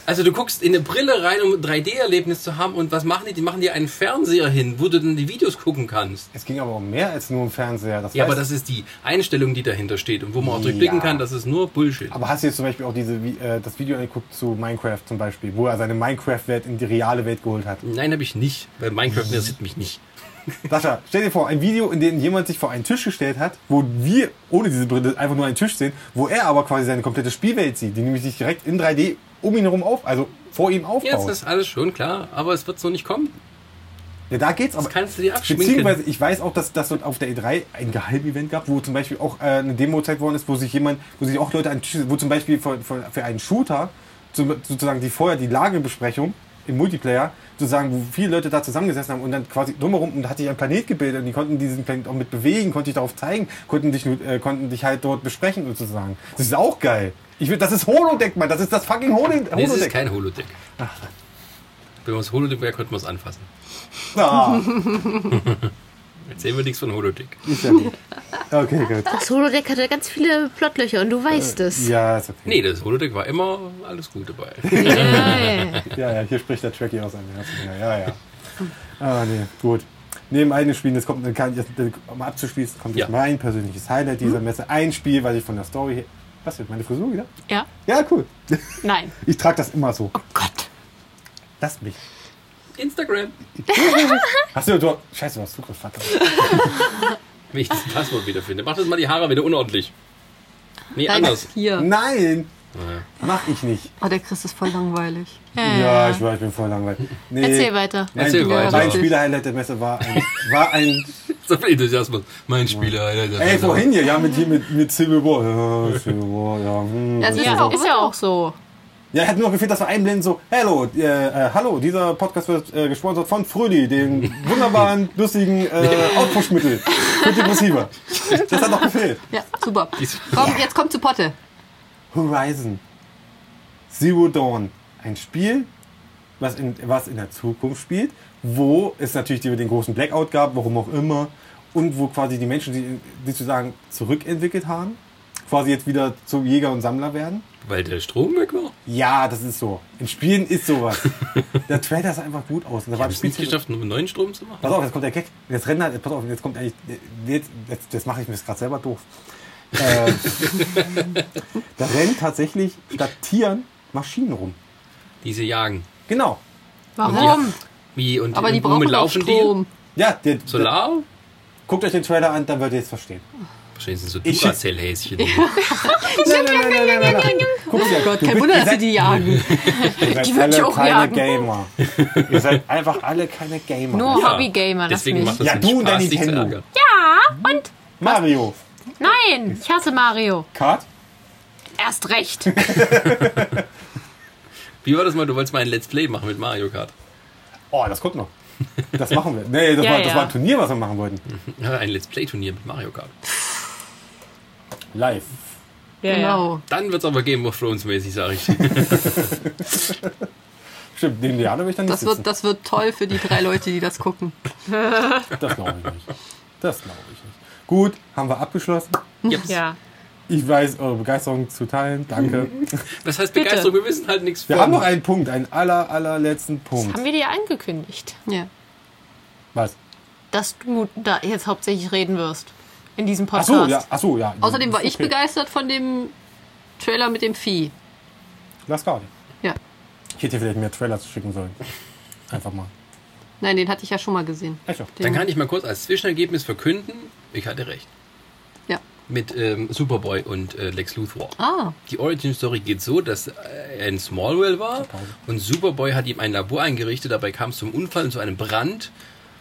B: Also du guckst in eine Brille rein, um ein 3D-Erlebnis zu haben. Und was machen die? Die machen dir einen Fernseher hin, wo du dann die Videos gucken kannst.
D: Es ging aber um mehr als nur um Fernseher. Das
B: Ja, aber
D: weißt
B: das ist die Einstellung, die dahinter steht und wo man auch durchblicken
D: Ja.
B: kann, das ist nur Bullshit.
D: Aber hast du jetzt zum Beispiel auch diese, Vi- äh, das Video angeguckt zu Minecraft zum Beispiel, wo er seine Minecraft-Welt in die reale Welt geholt hat?
B: Nein, habe ich nicht, weil Minecraft interessiert mich nicht.
D: Sascha, stell dir vor, ein Video, in dem jemand sich vor einen Tisch gestellt hat, wo wir ohne diese Brille einfach nur einen Tisch sehen, wo er aber quasi seine komplette Spielwelt sieht, die nämlich sich direkt in 3D um ihn herum auf, also vor ihm
B: Jetzt
D: aufbaut.
B: ist alles schon klar, aber es wird so nicht kommen.
D: Ja, da geht's
B: Das
D: aber.
B: kannst du dir abschminken.
D: Beziehungsweise, ich weiß auch, dass das dort auf der E3 ein Geheimevent gab, wo zum Beispiel auch äh, eine Demo gezeigt worden ist, wo sich jemand, wo sich auch Leute an Tisch, wo zum Beispiel für, für, für einen Shooter, zum, sozusagen die vorher die Lagebesprechung im Multiplayer, sozusagen, wo viele Leute da zusammengesessen haben und dann quasi drumherum, und da hat sich ein Planet gebildet und die konnten diesen Planet auch mit bewegen, konnten dich darauf zeigen, konnten dich, äh, konnten dich halt dort besprechen sozusagen. Das ist auch geil. Ich will, das ist Holodeck, Mann, das ist das fucking Holodeck.
B: Nee, es ist
D: Holodeck.
B: kein Holodeck. Wenn man es Holodeck wäre, könnte man es anfassen.
D: Ah,
B: Erzählen wir nichts von Holodeck.
D: ist ja gut. Okay, gut.
C: Das Holodeck hatte ganz viele Plotlöcher und du weißt
D: Äh,
C: es.
D: Ja, ist okay.
B: Nee, das Holodeck war immer alles gut dabei.
C: Yeah.
D: Ja, ja, hier spricht der Tracky aus seinem Herzen. Ja, ja, ja. Ah, nee, gut. Neben einem Spiel, das kommt, dann kann ich, dann, um abzuschließen, kommt jetzt
B: Ja. Hm?
D: mein persönliches Highlight dieser Messe. Ein Spiel, weil ich von der Story her. Was wird meine Frisur wieder?
C: ja?
D: Ja, cool.
C: Nein.
D: Ich trage das immer so.
C: Oh Gott.
D: Lass mich.
B: Instagram.
D: Hast du, du Scheiße, du hast Zugriff, verdammt.
B: Wenn ich das Passwort wiederfinde. Mach das mal die Haare wieder unordentlich. Nee, anders.
A: Hier.
D: Nein,
B: Naja.
D: mach ich nicht.
A: Oh, der Chris ist voll langweilig.
C: Ja,
D: Ja, ich weiß, ich bin voll langweilig. Nee,
C: Erzähl weiter.
D: Mein,
B: Erzähl weiter.
D: mein Spiele-Highlight der Messe war ein, war ein
B: So viel Enthusiasmus. Mein Spieler. Alter, das
D: Ey,
B: ist aber-
D: vorhin hier, ja, mit, hier mit, mit Civil War. Ja, Civil War, ja. Hm,
A: Das
C: Ist
A: ist
C: ja,
A: auch-
C: ist ja auch so.
D: Ja, hätte nur gefehlt, dass wir einblenden so, hello, äh, äh, hallo, dieser Podcast wird äh, gesponsert von Fröli, dem wunderbaren, lustigen äh, Aufpushmittel für Depressive. Das hat noch gefehlt.
A: Ja, super. Komm, jetzt komm zu Potte.
D: Horizon Zero Dawn. Ein Spiel, was in, was in der Zukunft spielt, wo es natürlich die- den großen Blackout gab, warum auch immer, und wo quasi die Menschen, die, die sozusagen zurückentwickelt haben, quasi jetzt wieder zu Jäger und Sammler werden.
B: Weil der Strom weg war.
D: Ja, das ist so. In Spielen ist sowas. der Trailer sah einfach gut aus. Und da war
B: Hab
D: ein
B: es nicht
D: Spielzeug-
B: geschafft, einen neuen Strom zu machen.
D: Pass auf, jetzt kommt der Gag. Jetzt rennt halt, pass auf, jetzt kommt eigentlich, jetzt, jetzt, jetzt mache ich mir das gerade selber doof. Äh, da rennen tatsächlich statt Tieren Maschinen rum.
B: Diese jagen.
D: Genau.
A: Warum?
B: Wie und
A: Aber die
B: und womit
A: brauchen auch
B: laufen
A: Strom.
D: Ja, der,
B: die?
D: der,
B: Solar?
D: guckt euch den Trailer an, dann werdet ihr es verstehen.
B: Wahrscheinlich sind so
D: Ich-
B: Duracell-Häschen.
D: Nein, nein, nein, nein, nein, nein. Guckt
C: Oh
D: euch an.
A: Gott,
D: Du
A: kein
D: bist-
A: Wunder, dass
D: ihr
A: sie
D: seid-
A: die jagen.
D: Ihr seid
C: Die würd ich
D: alle
C: auch
D: keine
C: jagen.
D: Gamer. ihr seid einfach alle keine Gamer.
C: Nur Hobby-Gamer, lass
B: Deswegen
C: mich.
B: macht das
D: Ja,
B: den
D: du und
B: Spaß,
D: dein
B: dich zu
D: Nintendo.
B: ärgern.
C: Ja, und?
D: Mario
C: Nein, ich hasse Mario.
D: Kart?
C: Erst recht.
B: Wie war das mal? Du wolltest mal ein Let's Play machen mit Mario Kart.
D: Oh, das kommt noch. Das machen wir. Nee, das,
C: Ja,
D: war, das
C: ja.
D: war ein Turnier, was wir machen wollten.
B: Ja, Ein Let's Play-Turnier mit Mario Kart.
D: Live.
C: Ja,
A: Genau.
B: Dann wird's aber Game of Thrones mäßig, sag ich.
D: Stimmt, neben Diana will ich dann nicht
A: Das
D: sitzen.
A: wird, das wird toll für die drei Leute, die das gucken.
D: Das glaube ich nicht. Das glaube ich nicht. Gut, haben wir abgeschlossen.
B: Jeps.
C: Ja.
D: Ich weiß, eure Begeisterung zu teilen. Danke.
B: Das heißt Begeisterung, wir wissen halt nichts
D: Wir
B: von.
D: haben noch einen Punkt, einen aller, allerletzten Punkt.
C: Haben wir dir angekündigt,
A: Ja.
D: Was?
C: dass du da jetzt hauptsächlich reden wirst. In diesem
D: Ach
C: Podcast.
D: so, ja, ach so, ja.
A: Außerdem war
D: Ist
A: ich
D: okay.
A: begeistert von dem Trailer mit dem Vieh.
D: Lass gar nicht.
A: Ja.
D: Ich hätte dir vielleicht mehr Trailers schicken sollen. Einfach mal.
A: Nein, den hatte ich ja schon mal gesehen.
D: Echt so.
B: Dann kann ich mal kurz als Zwischenergebnis verkünden, ich hatte recht.
A: Ja.
B: Mit ähm, Superboy und äh, Lex Luthor.
A: Ah,
B: Die Origin-Story geht so, dass äh, er in Smallville war und Superboy hat ihm ein Labor eingerichtet, dabei kam es zum Unfall und zu einem Brand.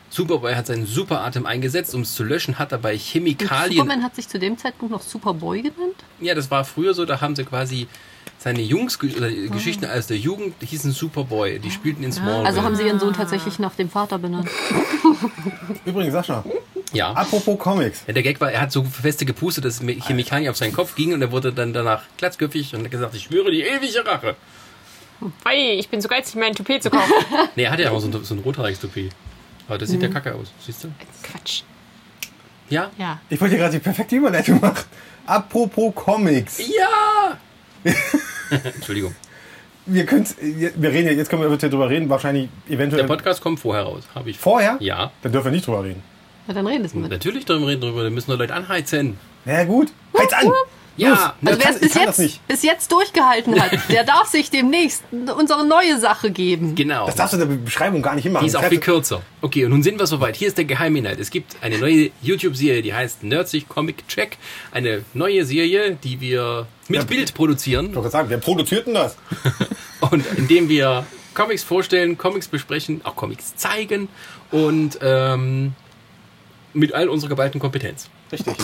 B: Superboy hat seinen Superatem eingesetzt, um es zu löschen, hat dabei Chemikalien
A: Superman hat sich zu dem Zeitpunkt noch Superboy genannt?
B: Ja, das war früher so, da haben sie quasi seine Jungs oder
A: Mhm.
B: Geschichten aus der Jugend hießen Superboy, die spielten in Smallville.
A: Also haben sie ihren Sohn tatsächlich nach dem Vater benannt.
D: Übrigens, Sascha,
A: Hm?
B: ja.
D: apropos Comics.
B: ja. Der Gag war, er hat so feste gepustet, dass Me- Chemikalien auf seinen Kopf gingen und er wurde dann danach glatzköpfig und hat gesagt, ich schwöre die ewige Rache.
C: Wei, ich bin so geizig, mir ein Toupet zu kaufen.
B: Nee, er hatte ja auch so ein, so ein Rothaarigstopie. Aber das sieht
A: Mhm.
B: ja kacke aus, siehst du?
C: Quatsch.
B: Ja?
C: Ja.
D: Ich wollte dir gerade die perfekte Überleitung machen. Apropos Comics.
B: Ja! Entschuldigung.
D: Wir, könnt, wir reden ja- jetzt können wir bitte drüber reden, wahrscheinlich eventuell
B: Der Podcast kommt vorher raus, habe ich.
D: vorher.
B: Ja.
D: Dann dürfen wir nicht drüber reden.
A: Na, dann reden wir mit.
B: Natürlich drüber reden drüber, da müssen wir Leute anheizen.
D: Na ja, gut. Halt's an!
B: Ja,
A: Also
D: Ich
A: wer
D: kann-
A: es
D: ich
A: bis
D: kann das
A: jetzt,
D: nicht.
A: bis jetzt durchgehalten hat, der darf sich demnächst unsere neue Sache geben.
B: genau.
D: Das darfst du in der Beschreibung gar nicht hinmachen.
B: Die ist auch
D: Ich
B: viel
D: hab-
B: kürzer. Okay, und nun sind wir soweit. Hier ist der Geheiminhalt. Es gibt eine neue YouTube-Serie, die heißt Nerdsig Comic Check. Eine neue Serie, die wir mit Bild
D: Ich
B: produzieren
D: wollte gerade sagen, wer produziert denn das?
B: und indem wir Comics vorstellen, Comics besprechen, auch Comics zeigen und ähm, mit all unserer geballten Kompetenz.
D: Richtig.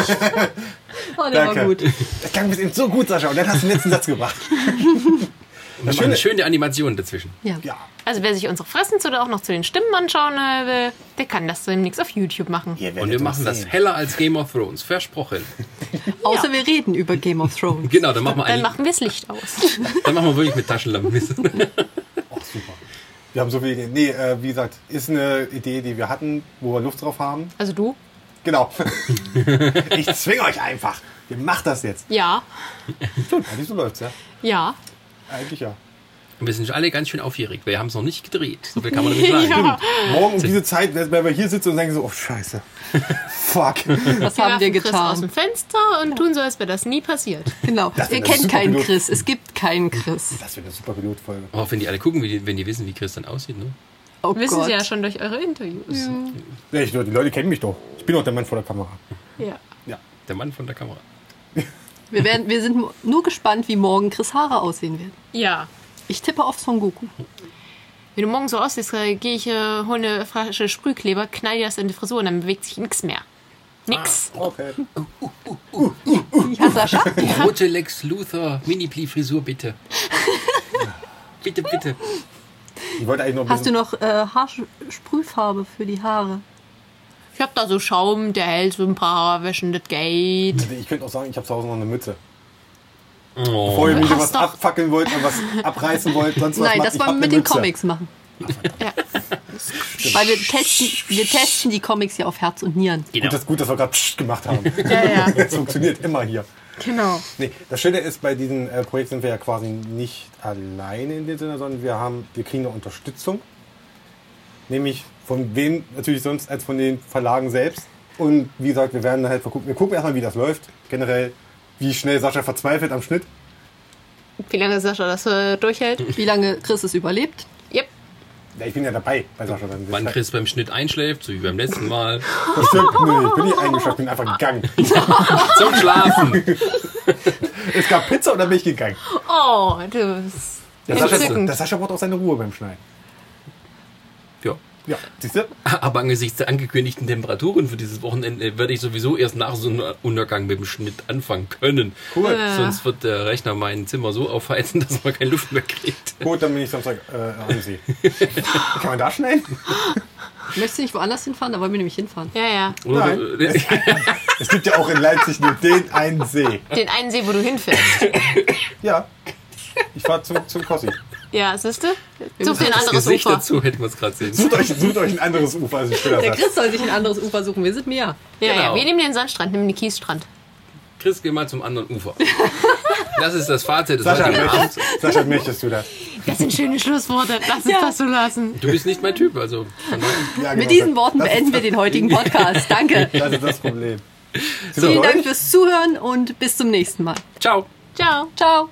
A: Oh, der war
D: Danke.
A: gut.
D: Das klang bis eben so gut, Sascha. Und dann hast du den letzten Satz gemacht.
B: Und wir machen
D: Schöne-
B: schöne Animationen dazwischen.
A: Ja.
D: Ja.
C: Also wer sich unsere Fressen oder auch noch zu den Stimmen anschauen äh, will, der kann das demnächst auf YouTube machen.
D: Ihr werdet
B: Und wir
D: uns
B: machen das
D: sehen.
B: heller als Game of Thrones. Versprochen.
A: Außer wir reden über Game of Thrones.
B: Genau, dann machen wir,
C: Dann
B: einen,
C: machen wir das Licht aus.
B: dann machen wir wirklich mit Taschenlampen.
D: Ach, super. Wir haben so viel. Nee, äh, wie gesagt, ist eine Idee, die wir hatten, wo wir Luft drauf haben.
C: Also du?
D: Genau. ich zwinge euch einfach. Ihr macht das jetzt.
C: Ja.
D: Eigentlich so läuft's, ja.
C: Ja.
D: Eigentlich ja.
B: Wir sind alle ganz schön aufgeregt. Wir haben es noch nicht gedreht. So viel kann man damit sagen.
C: Ja.
D: Morgen um diese Zeit, wenn wir hier sitzen und denken so, oh Scheiße. Fuck.
A: Was haben wir
C: werfen Chris
A: getan?
C: aus dem Fenster und tun so, als wäre das nie passiert.
A: Genau.
D: Das
A: Ihr
D: wird eine
A: kennt keinen
D: Superpilot.
A: Chris. Es gibt keinen Chris.
D: Das wird eine super Pilotfolge.
B: Auch wenn die alle gucken, wie die, wenn die wissen, wie Christian aussieht. Ne?
A: Oh
C: Wissen
A: Gott.
C: Sie ja schon durch eure Interviews.
D: Ja, ich, die Leute kennen mich doch. Ich bin doch der Mann vor der Kamera.
C: Ja.
D: Ja.
B: Der Mann von der Kamera.
A: Wir, werden, wir sind nur gespannt, wie morgen Chris Haare aussehen werden.
C: Ja.
A: Ich tippe auf Son Goku.
C: Wenn du morgen so aussiehst, äh, gehe ich, äh, hole eine Flasche Sprühkleber, knall dir das in die Frisur und dann bewegt sich nichts mehr. Nix.
D: Okay.
A: Ja, Sascha?
B: Oh, Rote Lex Luthor Mini-Pli-Frisur, bitte. bitte, bitte.
D: Ich wollte eigentlich noch ein
A: Hast du noch
D: bisschen-
A: äh, Haarsprühfarbe für die Haare?
C: Ich hab da so Schaum, der hält so ein paar Wäschen, das geht.
D: Also, Ich könnte auch sagen, ich habe zu Hause noch eine Mütze.
B: Oh.
D: Bevor ihr mir
C: Hast
D: was
C: doch-
D: abfackeln wollt und was abreißen wollt, sonst was
A: Nein,
D: macht,
A: das
D: ich
A: wollen wir
D: hab eine
A: mit den
D: Mütze.
A: Comics machen.
C: Ja.
A: Weil wir testen, wir testen die Comics ja auf Herz und Nieren.
B: Genau.
D: Gut, das ist gut, dass wir gerade pssst gemacht haben.
C: ja, ja.
D: Das funktioniert immer hier.
C: Genau.
D: Nee, das Schöne ist, bei diesem äh, Projekt sind wir ja quasi nicht alleine in dem Sinne, sondern wir haben, wir kriegen eine Unterstützung. Nämlich von wem natürlich sonst als von den Verlagen selbst. Und wie gesagt, wir werden halt gucken. Wir gucken erstmal, wie das läuft. Generell, wie schnell Sascha verzweifelt am Schnitt.
C: Wie lange Sascha das äh, durchhält?
B: Hm.
A: Wie lange Chris es überlebt?
C: Yep.
D: Ja, ich bin ja dabei bei Sascha. Dann
B: Wann Chris beim Schnitt einschläft, so wie beim letzten Mal.
D: Das stimmt, nee, ich bin nicht eingeschlafen, bin einfach gegangen.
B: Zum Schlafen.
D: Es gab Pizza und dann bin ich gegangen.
C: Oh, du bist
D: Der Sascha,
C: entzückend.
D: der Sascha braucht auch seine Ruhe beim Schneiden.
B: Ja.
D: Ja, siehst du?
B: Aber angesichts der angekündigten Temperaturen für dieses Wochenende werde ich sowieso erst nach Sonnenuntergang mit dem Schnitt anfangen können.
D: Cool.
B: Sonst wird der Rechner mein Zimmer so aufheizen, dass man keine Luft mehr kriegt.
D: Gut, dann bin ich Samstag äh, am See. Kann man da schneiden?
A: Möchtest du nicht woanders hinfahren? Da wollen wir nämlich hinfahren.
C: Ja, ja.
B: Oder äh,
D: Nein. Es gibt ja auch in Leipzig nur den einen See.
C: Den einen See, wo du hinfährst.
D: Ja. Ich fahre zum, zum Kossi.
C: Ja, siehst du? Such dir ein
B: das
C: anderes
B: Gesicht
C: Ufer.
B: dazu hätten wir es gerade sehen.
D: Sucht euch, sucht euch ein anderes Ufer als ich später
A: Der
D: sage.
A: Chris soll sich ein anderes Ufer suchen. Wir sind mehr.
C: Ja,
B: Genau.
C: ja. Wir nehmen den Sandstrand, nehmen den Kiesstrand.
B: Chris, geh mal zum anderen Ufer. Das ist das Fazit des
D: Sascha,
B: heutigen Abends.
D: möchtest, Sascha, möchtest du das?
C: Das sind schöne Schlussworte. Lass uns
A: Ja.
C: das so lassen.
B: Du bist nicht mein Typ, also.
D: Ja, genau.
A: Mit diesen Worten
D: das,
A: beenden wir den heutigen Podcast. Danke.
D: Das ist das Problem. Sind wir
A: Vielen
D: durch?
A: Dank fürs Zuhören und bis zum nächsten Mal.
B: Ciao.
C: Ciao.
A: Ciao.